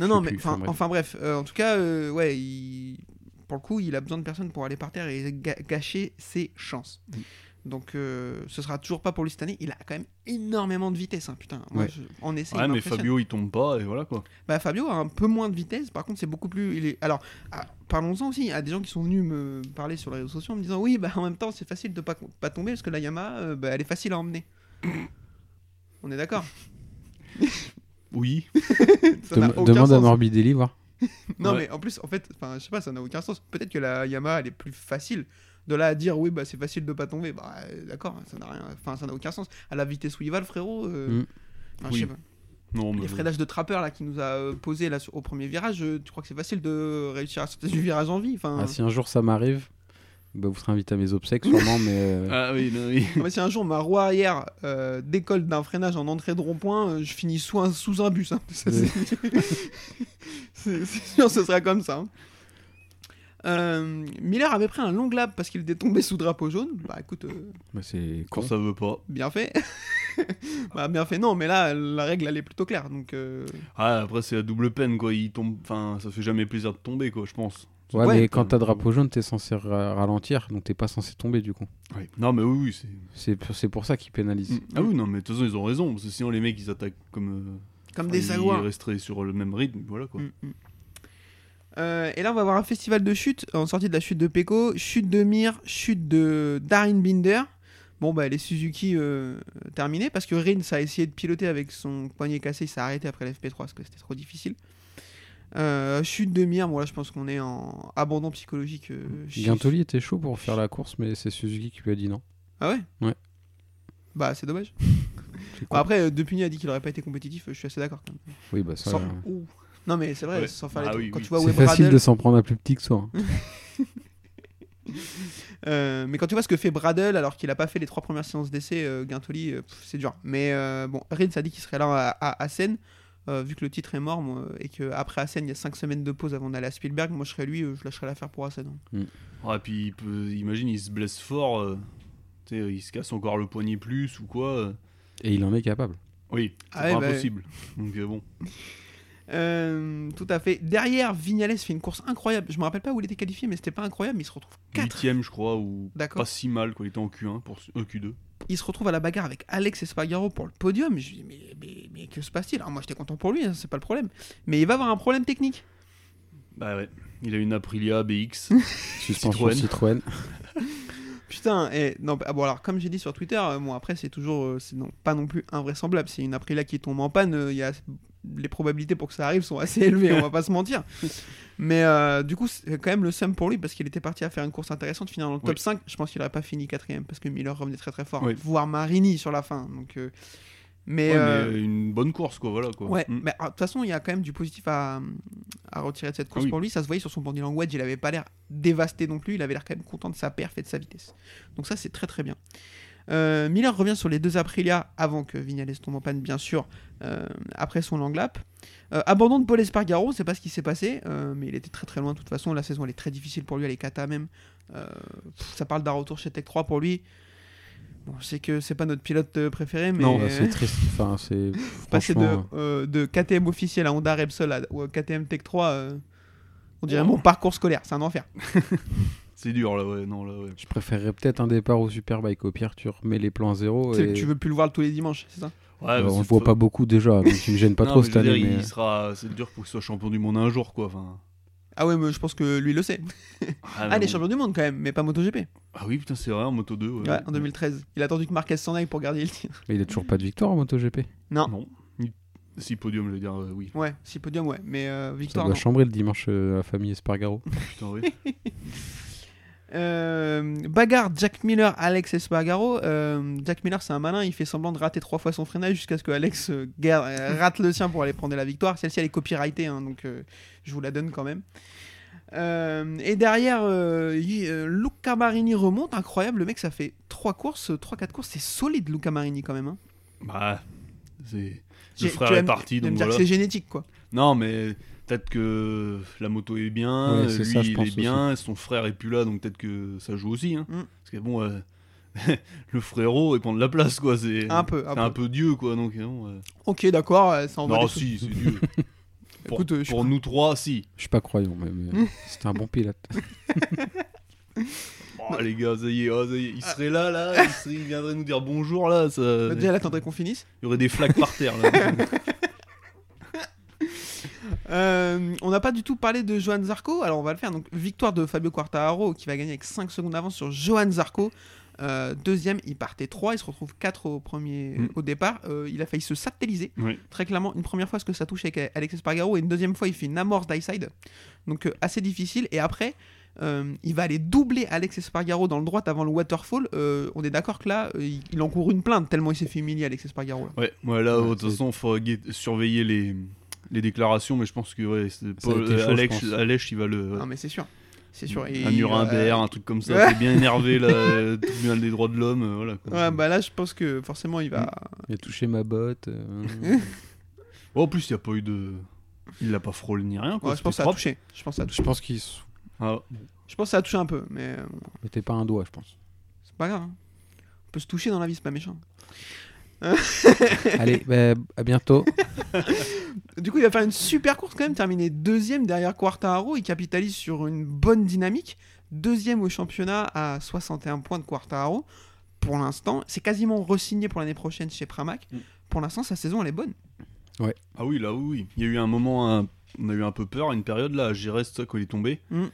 Je Non, sais non, plus, mais enfin, enfin, bref. enfin bref. Euh, en tout cas, euh, ouais, il- pour le coup, il a besoin de personne pour aller par terre et ga- gâcher ses chances. Hmm. Donc, euh, ce sera toujours pas pour lui cette année. Il a quand même énormément de vitesse, hein, putain. Moi, Ouais. je- en essai, il Ouais, mais m'impressionne. Fabio, il tombe pas, et voilà quoi. Bah, Fabio a un peu moins de vitesse, par contre, c'est beaucoup plus. Il est... Alors, ah, parlons-en aussi. Il y a des gens qui sont venus me parler sur les réseaux sociaux en me disant Oui, bah en même temps, c'est facile de pas, pas tomber parce que la Yamaha, euh, bah, elle est facile à emmener. On est [LAUGHS] d'accord Oui. Ça n'a Dem- aucun Demande à sens. Morbidelli, voir. Non, Ouais. mais en plus, en fait, enfin, je sais pas, ça n'a aucun sens. Peut-être que la Yamaha, elle est plus facile. De là à dire oui, bah c'est facile de pas tomber, bah euh, d'accord, ça n'a rien, enfin ça n'a aucun sens. À la vitesse où il va, le frérot, euh, Mm. enfin, je sais Oui. pas. Non, mais les Mhm. bon. freinages de trappeur là qui nous a euh, posé là sur- au premier virage, euh, tu crois que c'est facile de réussir à sortir du virage en vie, enfin. [LAUGHS] Ah, si un jour ça m'arrive, bah, vous serez invité à mes obsèques sûrement, mais. euh, [LAUGHS] Ah oui, non, oui. Non, mais si un jour ma roue arrière euh, décolle d'un freinage en entrée de rond-point, euh, je finis sous un, sous un bus. hein. [LAUGHS] Ça, c'est- c'est c'est sûr, ce sera comme ça. hein. Euh, Miller avait pris un long lap parce qu'il était tombé sous drapeau jaune. Bah écoute, euh, bah, c'est Quand con. ça veut pas. bien fait. [LAUGHS] bah bien fait, non, mais là la règle elle est plutôt claire. Donc euh, Ah, après, c'est la double peine quoi. Il tombe. Enfin, ça fait jamais plaisir de tomber quoi, je pense. Ouais, Ouais. mais quand t'as drapeau jaune, t'es censé ra- ralentir, donc t'es pas censé tomber du coup. Ouais. Non, mais oui, Mm. oui, c'est. C'est c'est pour ça qu'ils pénalisent. Ah oui, non, mais de toute façon, ils ont raison. Parce que sinon, les mecs, ils attaquent comme. comme euh, des ils sagouins. resteraient sur le même rythme, voilà quoi. Mm, mm. Euh, et là, on va avoir un festival de chute en sortie de la chute de Peko, chute de Mir, chute de Darin Binder. Bon, bah, les Suzuki euh, terminés parce que Rins a essayé de piloter avec son poignet cassé, il s'est arrêté après l'FP3 parce que c'était trop difficile. Euh, chute de Mir, bon, là, je pense qu'on est en abandon psychologique. euh, chez- Gintoli était chaud pour faire la course, mais c'est Suzuki qui lui a dit non. Ah ouais Ouais. Bah, c'est [LAUGHS] dommage. C'est Bon, con. après, euh, Depugny a dit qu'il aurait pas été compétitif, euh, je suis assez d'accord quand même. Oui, bah ça. Sans- Bah, euh, Ouh. Non, mais c'est vrai, Ouais. sans faire Ah les oui, trucs. Quand oui. tu vois c'est Web facile Bradle- de s'en prendre à plus petit que soi. hein. Euh, mais quand tu vois ce que fait Bradle, alors qu'il a pas fait les trois premières séances d'essai, euh, Guintoli, euh, pff, c'est dur. Mais euh, bon, Rins a dit qu'il serait là à, à Assen. Euh, vu que le titre est mort moi, et qu'après Assen, il y a 5 semaines de pause avant d'aller à Spielberg, moi je serais lui, euh, je lâcherais l'affaire pour Assen. hein. Ah, puis, il peut- imagine, il se blesse fort. euh, Tu sais, il se casse encore le poignet plus ou quoi. euh. Et il en est capable. Oui, c'est Ah ouais, pas bah ouais. impossible. Donc euh, bon. Euh, tout à fait. Derrière, Vignales fait une course incroyable. Je me rappelle pas où il était qualifié, mais c'était pas incroyable. mais Il se retrouve 4. Huitième, je crois, ou D'accord. pas si mal quoi. Il était en Q1 pour euh, Q2. il se retrouve à la bagarre avec Alex Espargaro pour le podium. Je lui dis, mais, mais, mais que se passe-t-il Alors moi j'étais content pour lui, hein, c'est pas le problème. Mais il va avoir un problème technique. Bah ouais. Il a une Aprilia BX. Suspension Citroën. Citroën. Putain, et non, bah, ah bon alors comme j'ai dit sur Twitter, euh, bon après c'est toujours, euh, c'est non, pas non plus invraisemblable. C'est une Aprilia qui tombe en panne, euh, il y a les probabilités pour que ça arrive sont assez élevées, on va pas se [LAUGHS] mentir. Mais euh, du coup, c'est quand même le seum pour lui parce qu'il était parti à faire une course intéressante, finir dans le top Oui. 5. Je pense qu'il aurait pas fini quatrième parce que Miller revenait très très fort, Oui. voire Marini sur la fin. Donc, euh, mais, Ouais, mais, euh, euh, une bonne course quoi, voilà quoi. Ouais, Mm. mais ah, de toute façon, il y a quand même du positif à, mm, à retirer de cette course Ah oui. pour lui. Ça se voyait sur son body language, il avait pas l'air dévasté non plus, il avait l'air quand même content de sa perf et de sa vitesse. Donc ça, c'est très très bien. Euh, Miller revient sur les deux Aprilia avant que Vignales tombe en panne, bien sûr, euh, après son long lap. Euh, abandon de Paul Espargaro, on sait pas ce qui s'est passé, euh, mais il était très très loin de toute façon. La saison elle est très difficile pour lui, elle est cata même. Euh, pff, ça parle d'un retour chez Tech 3 pour lui. Bon, je sais que c'est pas notre pilote euh, préféré, mais. Non, bah, c'est triste. Enfin, c'est. Passer de, franchement, euh, de KTM officiel à Honda Repsol à, ou à KTM Tech 3, euh, on Oh. dirait mon parcours scolaire, c'est un enfer. C'est dur là, ouais. Non, là, ouais. Je préférerais peut-être un départ au Superbike. Au pire, tu remets les plans à zéro. Tu sais que Et... Tu veux plus le voir tous les dimanches, c'est ça Ouais, Alors, Ah, parce Euh, on que le voit faut- pas beaucoup déjà, donc il me gêne [LAUGHS] pas Non, trop mais je cette veux année. dire, mais- il sera. C'est dur pour qu'il soit champion du monde un jour quoi. Enfin, Ah ouais, mais je pense que lui le sait. Ah, Ah, mais les bon. champions du monde quand même, mais pas MotoGP. Ah oui, putain, c'est vrai, en moto 2. Ouais. Ouais, en 2013. Il a attendu que Marquez s'en aille pour garder le titre. Mais il a toujours pas de victoire en MotoGP. Non. Si podium, je veux dire, euh, oui. Ouais, si podium, ouais, mais euh, Ça victoire. doit Non. chambrer le dimanche euh, à la famille Espargaro. Putain, oui. [LAUGHS] Euh, bagarre Jack Miller, Alex Espargaro. Euh, Jack Miller, c'est un malin, il fait semblant de rater trois fois son freinage jusqu'à ce que Alex euh, gar- [LAUGHS] euh, rate le sien pour aller prendre la victoire. Celle-ci, elle est copyrightée, hein, donc euh, je vous la donne quand même. Euh, et derrière, euh, y- euh, Luca Marini remonte, incroyable, le mec, ça fait trois courses, euh, trois quatre courses, c'est solide Luca Marini quand même. hein. Bah, c'est. Le J'ai- frère tu vas est me- parti, tu vas donc me dire que voilà. c'est génétique, quoi. Non, mais peut-être que la moto est bien, Ouais, euh, c'est lui ça, je il pense est bien, son frère est plus là, donc peut-être que ça joue aussi. hein. Mm. Parce que bon, euh, [LAUGHS] le frérot, il prend de la place, quoi. C'est Un peu, un c'est peu. un peu Dieu, quoi. Donc, euh, bon, euh, Ok, d'accord, euh, ça en va. Non, des trucs. si, c'est Dieu. pour Écoute, euh, [LAUGHS] je pour nous trois, si. Je suis pas croyant, mais, Hmm. mais [LAUGHS] c'était un bon pilote. Oh, les gars, ça y est, oh, ça y est, il serait là, là, [LAUGHS] il, serait- il viendrait nous dire bonjour, là. Ça... Bah, Il déjà, là, t'attendrais qu'on finisse. y aurait des flaques par terre, [LAUGHS] là. Euh, on n'a pas du tout parlé de Johan Zarco, alors on va le faire. Donc, victoire de Fabio Quartararo qui va gagner avec 5 secondes d'avance sur Johan Zarco. Euh, deuxième, il partait 3, il se retrouve 4 au, premier, Mm. au départ. Euh, il a failli se satelliser. Oui. Très clairement, une première fois, ce que ça touche avec Alex Espargaro, et une deuxième fois, il fait une amorce d'highside. Donc, euh, assez difficile. Et après, euh, il va aller doubler Alex Espargaro dans le droit avant le waterfall. Euh, on est d'accord que là, euh, il, il encourt une plainte tellement il s'est fait humilier, Alex Espargaro. là. Ouais, ouais, là, Ouais, de toute c'est- façon, il faut guet- surveiller les, les déclarations, mais je pense que ouais, c'est Ça a Paul- été chaud, je Alex, pense. Alex, il va le. ouais. Mm. Non, mais c'est sûr. C'est sûr. Et, un Nuremberg, euh, un truc comme ça, ouais. c'est bien énervé, [LAUGHS] là, euh, tribunal des droits de l'homme, euh, voilà. quoi. ouais, bah là, je pense que forcément, Mm. il va. Il a touché ma botte. euh, Oh, en plus, il n'y a pas eu de. Il l'a pas frôlé ni rien, quoi. Ouais, je pense que ça c'était a Oh, propre. touché. Je pense que ça a touché. je pense qu'il se Ah, Je pense que ça a touché un peu, mais euh, bon, mettait pas un doigt, [LAUGHS] je pense. c'est pas grave. hein. On peut se toucher dans la vie, c'est pas méchant. Allez, bah, à bientôt. Du coup, il va faire une super course quand même, terminer deuxième derrière Quartararo. Il capitalise sur une bonne dynamique. Deuxième au championnat à 61 points de Quartararo. Pour l'instant, c'est quasiment re-signé pour l'année prochaine chez Pramac. Mm. Pour l'instant, sa saison, elle est bonne. ah oui, là, oui, oui. Il y a eu un moment, un- on a eu un peu peur, une période, là, à Gérest, ça, quand il est tombé. Mm.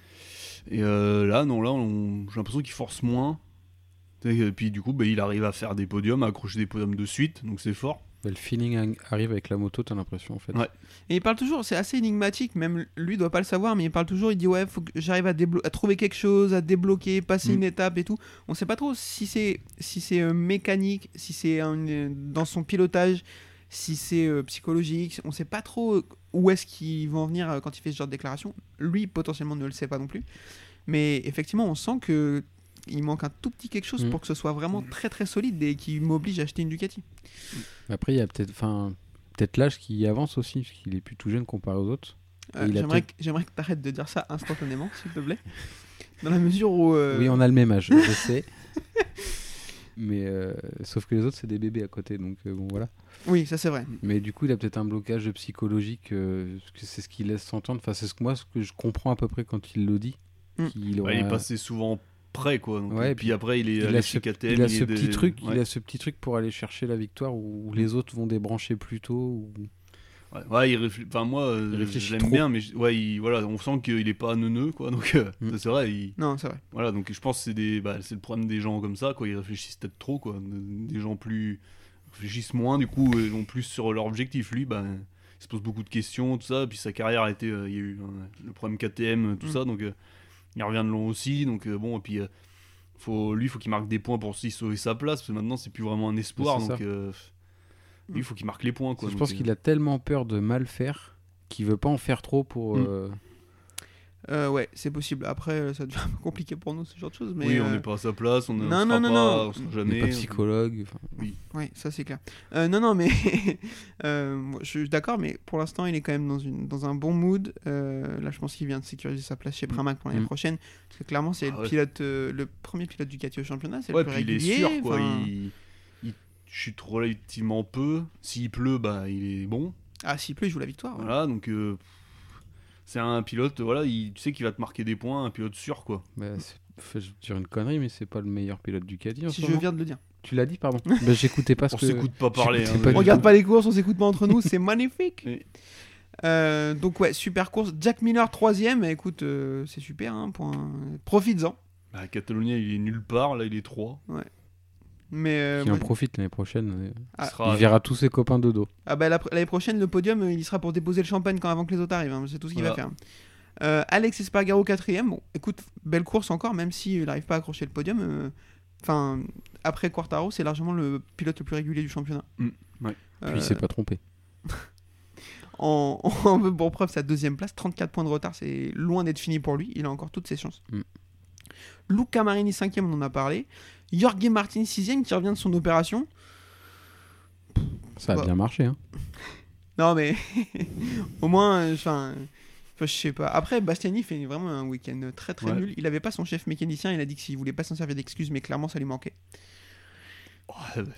Et euh, là, non, là, on- j'ai l'impression qu'il force moins. Et puis, du coup, bah, il arrive à faire des podiums, à accrocher des podiums de suite, donc c'est fort. Bah, le feeling ang- arrive avec la moto, t'as l'impression en fait. Ouais. Et il parle toujours, c'est assez énigmatique, même lui doit pas le savoir, mais il parle toujours, il dit ouais, faut que j'arrive à, déblo- à trouver quelque chose, à débloquer, passer Mm. une étape et tout. On sait pas trop si c'est si c'est euh, mécanique, si c'est un- euh, dans son pilotage, si c'est euh, psychologique, on sait pas trop euh, où est-ce qu'ils vont en venir euh, quand il fait ce genre de déclaration. Lui potentiellement ne le sait pas non plus. Mais effectivement, on sent que il manque un tout petit quelque chose Mm. pour que ce soit vraiment très très solide et qui m'oblige à acheter une Ducati. Après, il y a peut-être enfin, peut l'âge qui avance aussi, parce qu'il est plus tout jeune comparé aux autres. Euh, Il a J'aimerais peut-être- que, j'aimerais que tu arrêtes de dire ça instantanément, [LAUGHS] s'il te plaît. Dans [LAUGHS] la mesure où. euh, Oui, on a le même âge, [LAUGHS] je sais. Mais euh, sauf que les autres, c'est des bébés à côté, donc euh, bon voilà. oui, ça c'est vrai. Mais du coup, il a peut-être un blocage psychologique, euh, parce que c'est ce qu'il laisse s'entendre. Enfin, c'est ce que moi, ce que je comprends à peu près quand il le dit. Mm. qu'il Bah, il est aura- passé souvent près, quoi. donc, Ouais, et puis après, il est il allé a chez ce, KTM, il a il ce est petit des- truc, ouais. Hmm. il a ce petit truc pour aller chercher la victoire où, où les autres vont débrancher plus tôt. ou- Ouais, ouais, il réfléchit. Enfin, moi, euh, Il réfléchit je l'aime trop. bien, mais je- ouais, il- voilà, on sent qu'il est pas neuneux, quoi. Donc, euh, Mm. ça, c'est vrai. il- Non, c'est vrai. voilà, donc je pense que c'est des, bah, c'est le problème des gens comme ça, quoi. Ils réfléchissent peut-être trop, quoi. Des gens plus réfléchissent moins, du coup, ils vont plus sur leur objectif. Lui, bah, il se pose beaucoup de questions, tout ça. Puis sa carrière a été, euh, il y a eu euh, le problème KTM, tout Mm. ça, donc euh, il revient de long aussi. Donc euh, bon, et puis. euh, faut, lui, faut qu'il marque des points pour aussi sauver sa place, parce que maintenant, c'est plus vraiment un espoir. c'est donc, ça. euh, lui, faut qu'il marque les points. Quoi, je donc, pense euh, qu'il a tellement peur de mal faire qu'il veut pas en faire trop pour. Mm. euh, Euh, ouais, c'est possible. Après, euh, ça devient un peu compliqué pour nous, ce genre de choses. Mais, Oui, on euh, n'est pas à sa place, on ne non, sera non, non, pas, non. on sera il est jamais. pas psychologue. enfin, ouais, ça c'est clair. Euh, non, non, mais. [LAUGHS] euh, moi, je suis d'accord, mais pour l'instant, il est quand même dans, une, dans un bon mood. Euh, là, je pense qu'il vient de sécuriser sa place chez Pramac pour l'année Mm. prochaine. Parce que clairement, c'est Ah le, ouais. pilote, euh, le premier pilote du Ducati au championnat. C'est Ouais, le plus puis il est régulier. sûr, quoi. enfin, Il, il chute relativement peu. S'il pleut, bah, il est bon. Ah, s'il pleut, il joue la victoire. ouais. Voilà, donc. euh, c'est un pilote, voilà, il, tu sais qu'il va te marquer des points, un pilote sûr, quoi. bah, c'est- enfin, je vais dire une connerie, mais c'est pas le meilleur pilote du Caddy. en ce Si je moment. viens de le dire. Tu l'as dit, pardon. [LAUGHS] bah, J'écoutais pas ce on que. s'écoute pas parler. hein, euh, j'écoutais pas On du regarde tout. pas les courses, on s'écoute pas entre nous, c'est magnifique. [LAUGHS] Oui. Euh, donc ouais, super course. Jack Miller troisième, écoute, euh, c'est super, hein, pour un- profites-en. Bah, Catalunya, il est nulle part, là, il est 3. Mais euh, Qu'il moi- en profite l'année prochaine. euh, Ah, il sera Il verra tous ses copains de dos. ah bah, la pr- l'année prochaine, le podium, euh, il y sera pour déposer le champagne quand avant que les autres arrivent. hein, c'est tout ce qu'il va Voilà. faire. Euh, Alex Espargaro quatrième. Bon, écoute, belle course encore, même s'il n'arrive pas à accrocher le podium. euh, Enfin, après Quartaro, c'est largement le pilote le plus régulier du championnat. Mm, ouais. Euh, Puis il s'est pas trompé. en, [LAUGHS] en veut pour preuve sa deuxième place. 34 points de retard, c'est loin d'être fini pour lui. Il a encore toutes ses chances. Mm. Luca Marini, 5 on en a parlé. Jorge Martin, 6 qui revient de son opération. Ça a Bah. bien marché. hein. Non, mais [LAUGHS] au moins, euh, enfin. euh, enfin, Je sais pas. Après, Bastiani fait vraiment un week-end très très Ouais. nul. Il avait pas son chef mécanicien. Il a dit que s'il voulait pas s'en servir d'excuse, mais clairement ça lui manquait. Ouais, bah,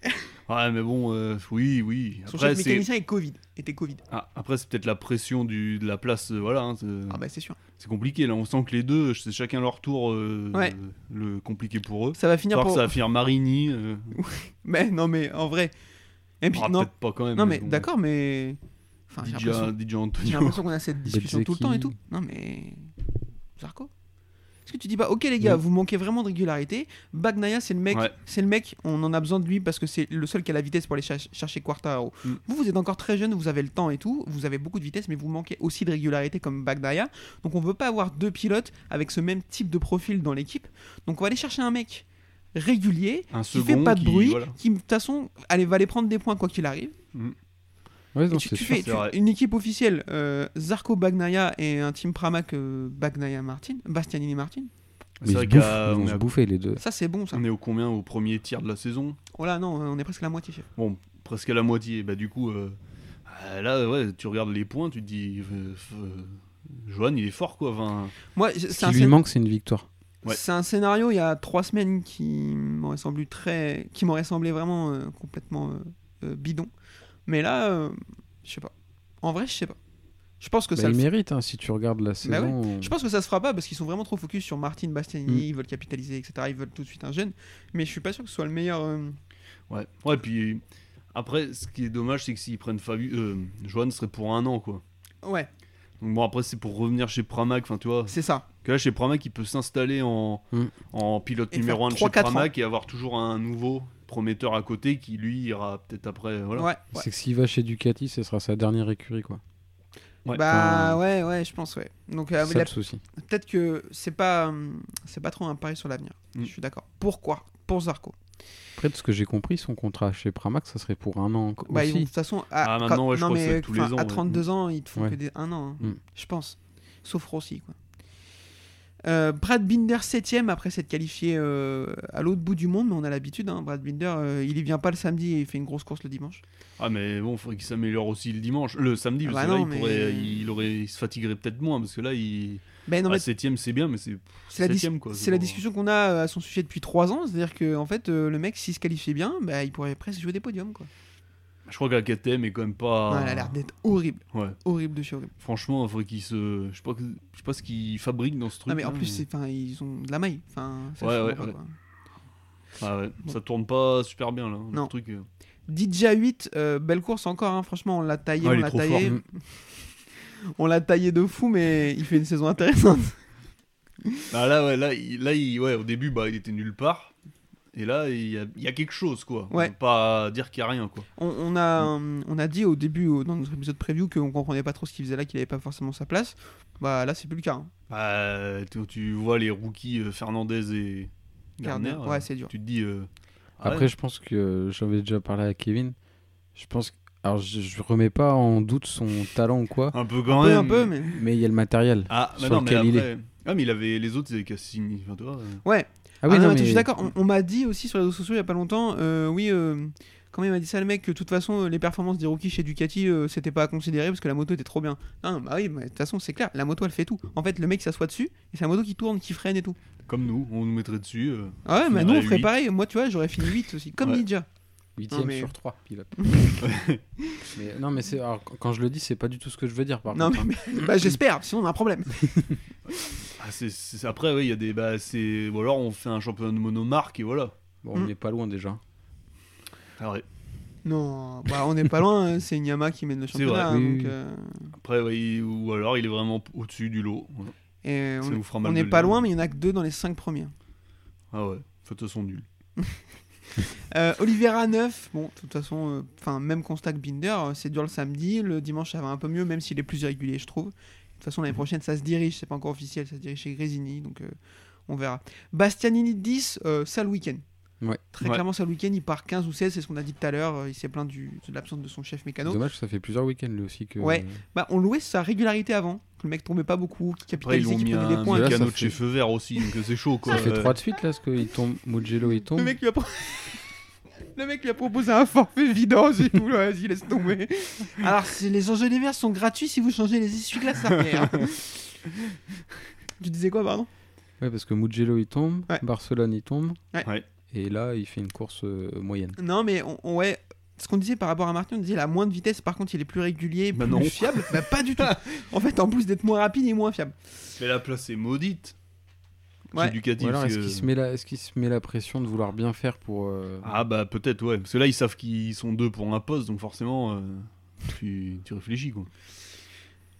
c'est- ouais, mais bon, euh, oui, oui. Son Après, chef c'est mécanicien est Covid. Était Covid. ah, après, c'est peut-être la pression du, de la place. euh, voilà, hein, c'est Ah bah c'est sûr. c'est compliqué. Là, on sent que les deux, c'est chacun leur tour. euh, Ouais. Le compliqué pour eux. Ça va finir Alors pour. que ça va finir Marini. euh, [LAUGHS] Mais non, mais en vrai. Et puis ah, non, peut-être pas quand même. non mais bon, d'accord, mais. Enfin, j'ai l'impression- DJ, DJ J'ai Antonio. l'impression qu'on a cette discussion tout le temps et tout. Non mais. Zarco Est-ce que tu dis pas, ok les gars, Oui. vous manquez vraiment de régularité. Bagnaia, c'est le mec, Ouais. c'est le mec, on en a besoin de lui parce que c'est le seul qui a la vitesse pour aller cher- chercher Quartaro. Mm. Vous, vous êtes encore très jeune, vous avez le temps et tout, vous avez beaucoup de vitesse, mais vous manquez aussi de régularité comme Bagnaia. Donc on veut pas avoir deux pilotes avec ce même type de profil dans l'équipe. Donc on va aller chercher un mec régulier, Un qui second. fait pas de qui- bruit, voilà. qui de toute façon allez, va aller prendre des points quoi qu'il arrive. Ouais, Et [LAUGHS] non, tu, c'est tu sûr. fais tu- c'est vrai. une équipe officielle, euh, Zarco Bagnaia et un team Pramac euh, Bagnaia Martin, Bastianini Martin. Mais C'est ils se vrai bouffent, qu'à- ils vont on est se à- bouffer les deux. Ça c'est bon ça. Mm. on est au combien au premier tiers de la saison Oh là non, euh, on est presque à la moitié chef. Bon, presque à la moitié. Bah, du coup, euh, euh, là, ouais, tu regardes les points, tu te dis. euh, f- euh, Johan, il est fort, quoi. Enfin, Moi c'est Ce c'est qui un, lui scén- Bah, manque, c'est une victoire. ouais. c'est un scénario il y a trois semaines qui m'aurait semblé très, qui m'aurait semblé vraiment euh, complètement euh, euh, bidon. Mais là, euh, je sais pas. En vrai, je sais pas. Je pense que Bah, ça. il le- Bah mérite, hein, si tu regardes la saison. Je pense que ça se fera pas parce qu'ils sont vraiment trop focus sur Martin Bastianini, Mm. ils veulent capitaliser, etc. Ils veulent tout de suite un jeune. Mais je suis pas sûr que ce soit le meilleur. euh, Ouais. Ouais, puis après, ce qui est dommage, c'est que s'ils prennent Fabius, euh, Johan serait pour un an, quoi. Ouais, Donc bon, après, c'est pour revenir chez Pramac, enfin, tu vois. c'est ça. Que là, chez Pramac, il peut s'installer en, Mm. en pilote Et numéro faire 1 de trois, chez quatre ans. Pramac et avoir toujours un nouveau prometteur à côté qui, lui, ira peut-être après. Voilà. Ouais, ouais. C'est que s'il va chez Ducati, ce sera sa dernière écurie. quoi. Ouais. Bah Enfin, ouais, ouais, je pense, ouais. Donc euh, C'est ça la- le souci. peut-être que c'est pas, hum, c'est pas trop un pari sur l'avenir. Mm. Je suis d'accord. Pourquoi Pour Zarco. Après, de ce que j'ai compris, son contrat chez Pramac, ça serait pour un an enco- Bah, ils vont- de aussi. toute façon, à, Ah, maintenant, ouais, je non, crois que mais, c'est tous les enfin, ans, à ouais. Mm. 32 ans, ils te font Ouais. que des, un an, hein, Mm. je pense. Sauf Rossi, quoi. Euh, Brad Binder 7ème après s'être qualifié euh, à l'autre bout du monde, mais on a l'habitude. hein, Brad Binder, euh, il y vient pas le samedi et il fait une grosse course le dimanche. Ah, mais bon, il faudrait qu'il s'améliore aussi le dimanche, le samedi, Ah parce bah que là, non, il, pourrait, mais- il, aurait, il se fatiguerait peut-être moins, parce que là, il. Ben non, mais Ah, septième, c'est bien, mais c'est C'est la, dis- Septième, quoi, c'est c'est la pas- discussion qu'on a euh, à son sujet depuis 3 ans, c'est-à-dire que en fait euh, le mec s'il se qualifiait bien, bah, il pourrait presque jouer des podiums quoi. Je crois que la KTM est quand même pas. Ouais, elle a l'air d'être horrible, Ouais. horrible de chez horrible. Franchement, il faudrait qu'il se. Je sais pas, que- je sais pas ce qu'il fabrique dans ce truc. hein, Non mais en là, plus c'est- enfin, ils ont de la maille, enfin ça, Mmh. Ouais, je ouais, comprends pas, ouais. quoi. Ah ouais, ça tourne pas super bien là. Non. Le truc. euh. DJ 8 euh, belle course encore hein, franchement on l'a taillé, Ouais, on Ah, il est l'a trop taillé. fort. [LAUGHS] on l'a taillé de fou mais il fait une saison intéressante. [LAUGHS] Ah, là, ouais, là, il, là il- ouais, au début, bah, il était nulle part. Et là, il y a, il y a quelque chose, quoi. Ouais. On peut pas dire qu'il y a rien, quoi. On, on a, euh, on a dit au début au- dans notre épisode preview qu'on comprenait pas trop ce qu'il faisait là, qu'il avait pas forcément sa place. Bah là c'est plus le cas. hein. Bah, tu, tu vois les rookies euh, Fernandez et Garner. Gardner, ouais, euh, c'est dur. Tu te dis. euh, ah ouais, Après, je pense que euh, j'en avais déjà parlé à Kevin. Je pense que- Alors, je, je remets pas en doute son talent ou quoi, un peu quand Un peu, même. un peu mais mais il y a le matériel. Ah, bah Sur non, mais lequel il après. Ah, mais il avait les autres, c'est Cassini. Enfin, tu vois, euh, ouais. Ah oui, Ah non, non, attends, mais je suis d'accord. On, on m'a dit aussi sur les réseaux sociaux il y a pas longtemps, euh, oui, euh, comment il m'a dit ça le mec, que de toute façon euh, les performances des rookies chez Ducati euh, c'était pas à considérer parce que la moto était trop bien. Non, bah oui, mais de toute façon c'est clair, la moto elle fait tout. En fait, le mec s'assoit dessus et c'est la moto qui tourne, qui freine et tout. comme nous, on nous mettrait dessus. euh, Ah ouais, mais Finirait nous on ferait huit. pareil. Moi, tu vois, j'aurais fini 8 aussi, comme Ouais. Ninja. Huitième Non, mais- sur 3 [LAUGHS] pilote. Mais- non mais c'est alors, qu- quand je le dis c'est pas du tout ce que je veux dire par Non, contre. hein. mais, mais- bah, j'espère, sinon on a un [LAUGHS] problème. Ah, c'est- c'est- après, ouais, il y a des. Bah, c'est- ou alors on fait un championnat de monomarque et voilà. Bon, on Mm. n'est pas loin déjà. Ah ouais. Non, bah, on n'est pas loin, hein, c'est Nyama qui mène le C'est vrai. championnat. Oui, donc, oui. euh, Après, ouais, il- ou alors il est vraiment au-dessus du lot. Voilà. et Ça nous fera on mal on de n'est le pas dire. loin, mais il n'y en a que deux dans les cinq premiers. Ah ouais, de toute façon, nul. Euh, Oliveira 9, bon, de toute façon, euh, enfin, même constat que Binder, euh, c'est dur le samedi, le dimanche ça va un peu mieux, même s'il est plus irrégulier, je trouve. De toute façon, l'année prochaine, ça se dirige, c'est pas encore officiel, ça se dirige chez Grésini, donc euh, on verra. Bastianini 10, euh, sale week-end. Ouais. Très Ouais. clairement, sale week-end, il part 15 ou 16, c'est ce qu'on a dit tout à l'heure, euh, il s'est plaint du- de l'absence de son chef mécano. Dommage, ça fait plusieurs week-ends lui aussi que. Ah Ouais. Bah, on louait sa régularité avant, que le mec tombait pas beaucoup, qui Après, ils capitalisait, ont qui mis prenait un des un points. Là, ça canot de fait- chez Feu Vert aussi, donc c'est chaud quoi. Euh, Ça fait Ouais. trois de suite là, parce qu'il tombe. Mugello il tombe. Le mec, lui a pro- [LAUGHS] le mec lui a proposé un forfait vidange et tout, là, vas-y, laisse tomber. Alors, c'est- les enjeux des verts sont gratuits si vous changez les essuie-glaces arrière. [LAUGHS] tu disais quoi, pardon Ouais, parce que Mugello il tombe, Ouais. Barcelone il tombe. Ouais. Ouais. Et là, il fait une course euh, moyenne. Non, mais on, on- ouais, ce qu'on disait par rapport à Martin, on disait il a moins de vitesse, par contre, il est plus régulier, Bah plus non. fiable. bah, pas du tout. [LAUGHS] En fait, en plus d'être moins rapide, il est moins fiable. Mais la place est maudite. Ouais. C'est Ducati. Ou alors, parce est-ce que- qu'il se, met la- est-ce qu'il se met la pression de vouloir bien faire pour. euh, Ah bah peut-être ouais, parce que là ils savent qu'ils sont deux pour un poste, donc forcément euh, tu, tu réfléchis quoi.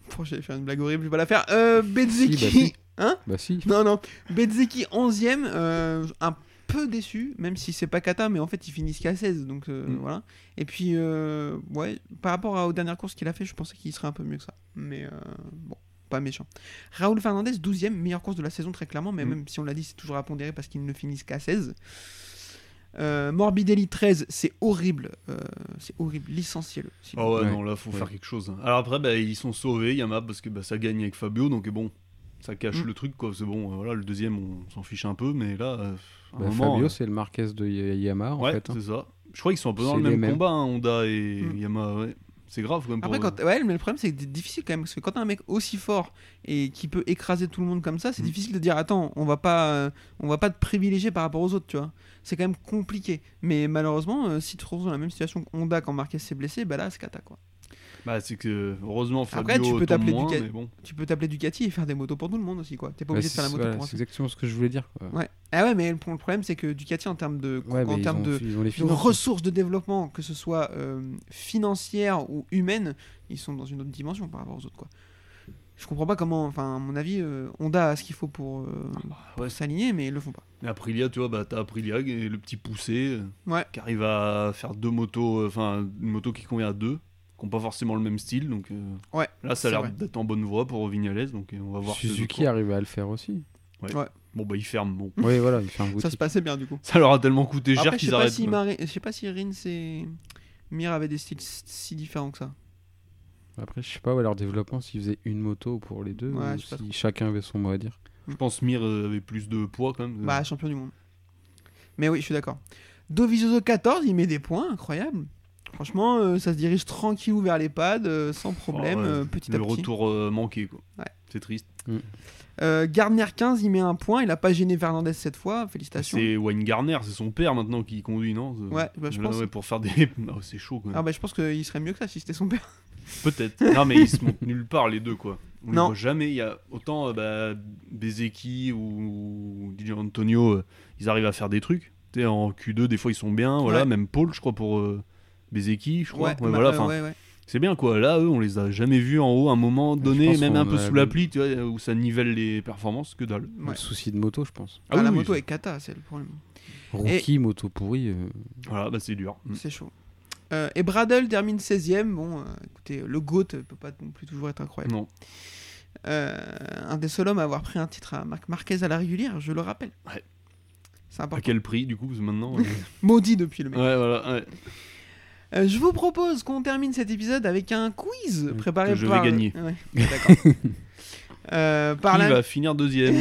Franchement, j'allais faire une blague horrible, je vais pas la faire. Euh, Bezzeki. Si, bah, si. Hein Bah si. Non, non. Bezzeki 11ème, euh, un peu déçu, même si c'est pas Kata, mais en fait ils finissent qu'à 16, donc euh, Mm. voilà. Et puis, euh, ouais, par rapport à- aux dernières courses qu'il a fait, je pensais qu'il serait un peu mieux que ça. Mais euh, bon, pas méchant. Raoul Fernandez, 12ème, meilleure course de la saison très clairement, mais Mm. même si on l'a dit, c'est toujours à pondérer parce qu'ils ne finissent qu'à 16. Euh, Morbidelli 13, c'est horrible, euh, c'est horrible, licenciez-le. s'il vous Ah ouais, Ouais. non là faut Ouais. faire quelque chose. hein. Alors après bah, ils sont sauvés Yamaha parce que bah, ça gagne avec Fabio donc bon ça cache Mm. le truc quoi. C'est bon euh, voilà le deuxième on s'en fiche un peu mais là euh, à un Bah, moment, Fabio, euh, c'est le Marquez de Y- Yamaha en ouais fait. hein. c'est ça. Je crois qu'ils sont un peu dans C'est le les même mêmes. combat hein, Honda et Mm. Yamaha. Ouais. C'est grave quand même. Après, pour eux. quand, ouais, mais le problème, c'est que c'est difficile quand même. Parce que quand t'as un mec aussi fort et qui peut écraser tout le monde comme ça, c'est Mm. difficile de dire attends, on va pas, euh, on va pas te privilégier par rapport aux autres, tu vois. C'est quand même compliqué. Mais malheureusement, euh, si tu te retrouves dans la même situation que Honda quand Marquez s'est blessé, bah là, c'est cata quoi. Bah c'est que heureusement Fabio Après, tu peux tombe t'appeler moins, Ducati. mais bon. Tu peux t'appeler Ducati et faire des motos pour tout le monde aussi, quoi. T'es pas Bah, obligé de c'est faire la moto voilà, pour un c'est seul. exactement ce que je voulais dire. quoi. Ouais. Ah ouais, mais le pro- le problème, c'est que Ducati en termes de, Ouais, mais en ils termes ont- de ils ont les de finances. ressources de développement, que ce soit euh, financière ou humaine, ils sont dans une autre dimension par rapport aux autres. Quoi. Je comprends pas comment, enfin, à mon avis, euh, Honda a ce qu'il faut pour, euh, pour s'aligner, mais ils le font pas. Mais Aprilia, tu vois, bah, t'as Aprilia, et le petit poussé, euh, Ouais. qui arrive à faire deux motos, euh, enfin une moto qui convient à deux, qui n'ont pas forcément le même style. Donc euh, Ouais, là, ça c'est a l'air vrai. d'être en bonne voie pour Vignales, donc euh, on va voir. ce Suzuki deux cours. arrive à le faire aussi. Bon, bah, ils ferment. Bon. [LAUGHS] Oui, voilà, il fait un Ça se boutique. passait bien du coup. Ça leur a tellement coûté cher Après, je qu'ils sais pas arrêtent. si quoi. Mari- je sais pas si Rin et Mir avaient des styles si différents que ça. Après, je sais pas, ouais, leur développement, s'ils faisaient une moto pour les deux, Ouais, ou je sais pas si chacun avait son mot à dire. Je pense Mir euh, avait plus de poids quand même. Bah, champion du monde. Mais oui, je suis d'accord. Dovizioso 14, il met des points, incroyable. Franchement, euh, ça se dirige tranquillou vers les pads, euh, sans Oh, problème, ouais, euh, petit à Le petit. retour euh, manqué, quoi. Ouais. C'est triste. Euh, Gardner 15, il met un point. Il a pas gêné Fernandez cette fois. Félicitations. C'est Wayne Garner, c'est son père maintenant qui conduit, non Ce- Ouais, bah, je là, pense. ouais, pour faire des. [LAUGHS] Ah, c'est chaud quand même. Ah bah, je pense qu'il serait mieux que ça si c'était son père. Peut-être. [LAUGHS] Non, mais ils se montent nulle part, les deux, quoi. On Non. les voit jamais. Il y a autant euh, bah, Bezeki ou, ou Di Antonio, euh, ils arrivent à faire des trucs. Tu sais, en Q2, des fois, ils sont bien. Voilà, Ouais. même Paul, je crois, pour euh, Bezeki, je crois. Ouais, bah, voilà, euh, enfin, ouais, ouais. C'est bien, quoi. Là, eux, on les a jamais vus en haut à un moment je donné, pense même un qu'on peu a- sous la pluie, tu vois, où ça nivelle les performances, que dalle. Ouais. Le souci de moto, je pense. Ah, la oui, moto oui, est cata, c'est le problème. Rookie, moto pourrie. euh, c'est- Voilà, bah, c'est dur. Mm. C'est chaud. Euh, et Bradle termine 16ème. Bon, euh, écoutez, le GOAT peut pas non plus toujours être incroyable. Non. Euh, un des seuls hommes à avoir pris un titre à Marc Marquez à la régulière, je le rappelle. Ouais. C'est À important. quel prix, du coup, parce que [LAUGHS] maintenant. euh, ouais, Maudit depuis le mec. voilà. ouais. Euh, je vous propose qu'on termine cet épisode avec un quiz préparé Euh, Que je par. vais gagner. Ouais, [LAUGHS] d'accord. Euh, par Qui la- va finir [LAUGHS] deuxième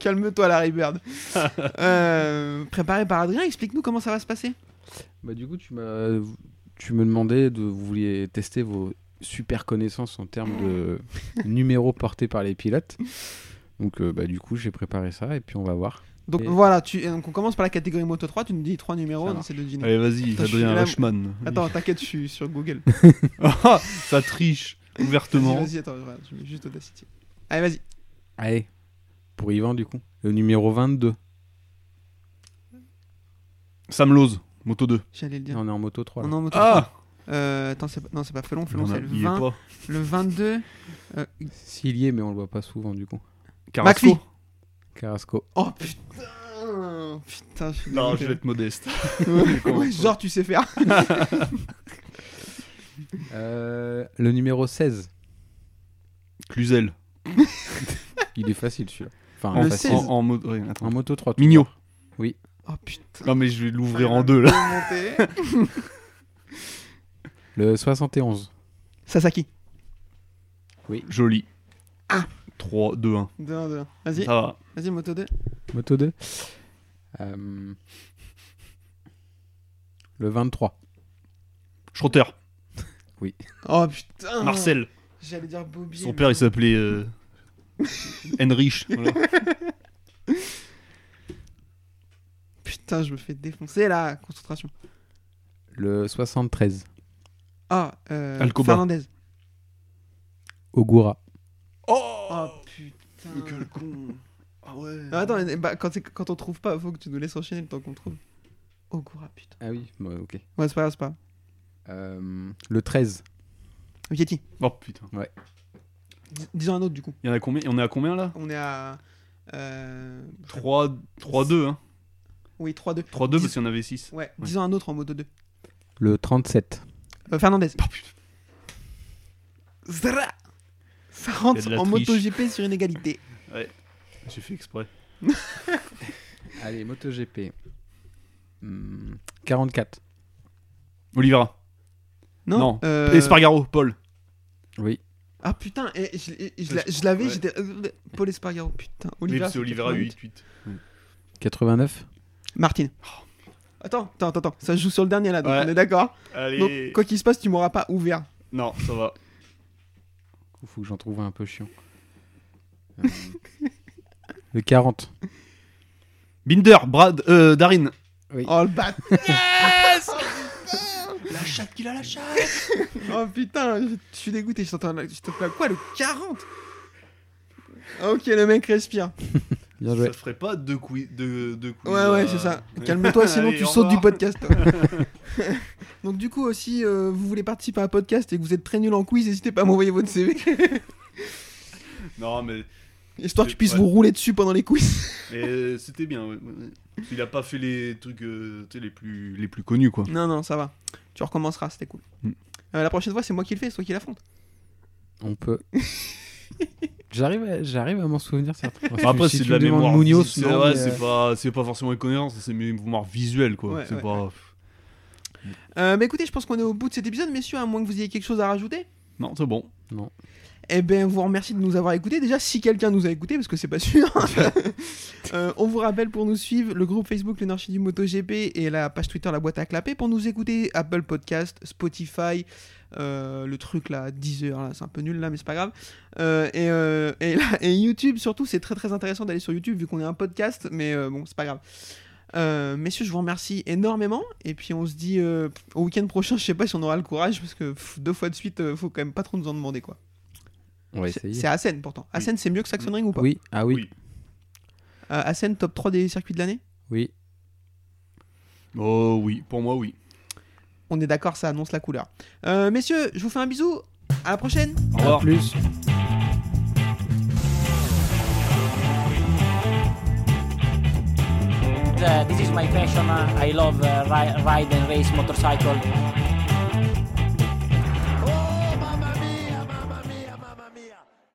Calme-toi, Larry Bird. Euh, préparé par Adrien, explique-nous comment ça va se passer. Bah, du coup, tu, m'as- tu me demandais de. Vous vouliez tester vos super connaissances en termes [LAUGHS] de numéros portés par les pilotes. Donc, euh, bah, du coup, j'ai préparé ça et puis on va voir. Donc Et- voilà, tu, donc on commence par la catégorie Moto 3, tu nous dis trois numéros, Ça on marche. essaie de deviner. Allez, vas-y, Attends, je suis Adrien là- Rushman. Attends, t'inquiète, je suis sur Google. [LAUGHS] Ah, ça triche Vas-y, ouvertement. vas-y, attends, je regarde, je mets juste Audacity. Allez, vas-y. Allez, pour Yvan, du coup. Le numéro 22. Sam Lose. Moto 2. J'allais le dire. Non, on est en moto 3. là. On est en moto Ah Euh, attends, c'est pas- non, c'est pas Felon. Felon, Non, c'est non, le il est 20. pas. Le 22. euh, S'il y est, mais on le voit pas souvent du coup. Carrasco. McPhee. Carrasco. Oh putain Putain, je suis Non, dégoûté. je vais être modeste. Ouais, genre, tu sais faire. Euh, le numéro 16. Cluzel. Il est facile celui-là. Enfin, En, Le facile. 16. en- en mode. ouais, attends. En moto 3. Mignot. Oh [LAUGHS] putain. Non, mais je vais l'ouvrir en deux là. Remonter. Le 71. Sasaki. Joli. 3, 2, 1. 2 1 2 1. Ah. Vas-y, Ça va. vas-y, moto 2. Moto 2. Euh, Le 23. Schrotter. Oh putain Marcel. J'allais dire Bobby. Son mais- père, il [LAUGHS] s'appelait. euh, Heinrich. voilà. Putain, je me fais défoncer là, concentration. Le 73. Ah, euh, Alcoba. Fernandez. Ogura. Oh putain. Quel con. Ah ouais. Non, attends, mais- bah, quand, c'est- quand on trouve pas, faut que tu nous laisses enchaîner le temps qu'on trouve. Oh, Goura, putain. Ah oui, bon, ok. Ouais, c'est pas grave, c'est pas grave. Euh, Le 13. Vietti. Oh putain. Dis- Disons un autre du coup. Il y en a combien On est à combien là On est à. Euh, 3, 3, 2. Hein. oui, 3-2. 3, 2 parce qu'il y en avait 6. Ouais, disons un autre en moto 2. Le 37. Euh, Fernandez. Oh putain. Zra Ça Il y a rentre de la en triche. moto GP sur une égalité. J'ai fait exprès. Allez, MotoGP. Hum, 44. Olivera. Non, Non. euh, Espargaro, Paul. Oui. Ah putain, et je, et je l'a- je l'avais, Ouais. j'étais. euh, Paul Espargaro, putain. Oui, Olivera. c'est Olivera 88. 8, 8. 89. Martine. Oh. Attends, attends, attends, attends, ça se joue sur le dernier là, donc Ouais. on est d'accord. Donc, Allez. quoi qu'il se passe, tu m'auras pas ouvert. Non, ça va. Faut que j'en trouve un un peu chiant. Euh, le 40. Binder, Brad, euh, Darin. Oh le [LAUGHS] bat La chatte qu'il a, la chatte. [LAUGHS] Oh putain, je je suis dégoûté, je t'entends là- je te fais quoi le 40 Ok, le mec respire. Bien Ça joué. te ferait pas deux quiz. Deux, deux quiz, Ouais, ouais, euh, c'est ça. [LAUGHS] Calme-toi, sinon Allez, tu au sautes du revoir. podcast. [LAUGHS] Donc, du coup, aussi, euh, vous voulez participer à un podcast et que vous êtes très nul en quiz, n'hésitez pas à m'envoyer votre [LAUGHS] CV, Non, mais, histoire que je puisse Ouais. vous rouler dessus pendant les quiz. mais, euh, c'était bien. ouais, ouais. Il a pas fait les trucs euh, tu sais, les, plus, les plus connus, quoi. Non, non, ça va. Tu recommenceras, c'était cool. Mm. Euh, la prochaine fois, c'est moi qui le fais, c'est toi qui l'affronte. On peut. J'arrive à, j'arrive à m'en souvenir certains. Parce que Après, si c'est tu de la me demandes mémoire. Munoz, c'est non, ouais, mais, c'est euh, pas, c'est pas forcément une connaissance, c'est une mémoire visuelle, quoi. Ouais, c'est ouais. pas. Euh, bah écoutez, je pense qu'on est au bout de cet épisode, messieurs, à moins que vous ayez quelque chose à rajouter. Non, c'est bon. Eh ben, vous remercie de nous avoir écoutés. Déjà, si quelqu'un nous a écoutés, parce que c'est pas sûr. Euh, on vous rappelle pour nous suivre le groupe Facebook L'énergie du MotoGP et la page Twitter La Boîte à Clapper pour nous écouter Apple Podcast, Spotify, euh, le truc là, 10 heures, là, c'est un peu nul là, mais c'est pas grave. Euh, et, euh, et là- [LAUGHS] et YouTube, surtout, c'est très très intéressant d'aller sur YouTube vu qu'on est un podcast, mais euh, bon, c'est pas grave. Euh, messieurs, je vous remercie énormément. Et puis on se dit euh, au week-end prochain. Je sais pas si on aura le courage parce que pff, deux fois de suite, euh, faut quand même pas trop nous en demander quoi. On va C'est- essayer. C'est Assen pourtant. Assen, c'est mieux que Saxon Ring ou pas Oui, ah oui, Oui. Euh, Assen, top 3 des circuits de l'année oui. Oh oui, pour moi, oui. On est d'accord, ça annonce la couleur. Euh, messieurs, je vous fais un bisou. À la prochaine Au revoir. plus. Uh, this is my passion. Uh, I love uh, ri- ride and race motorcycle.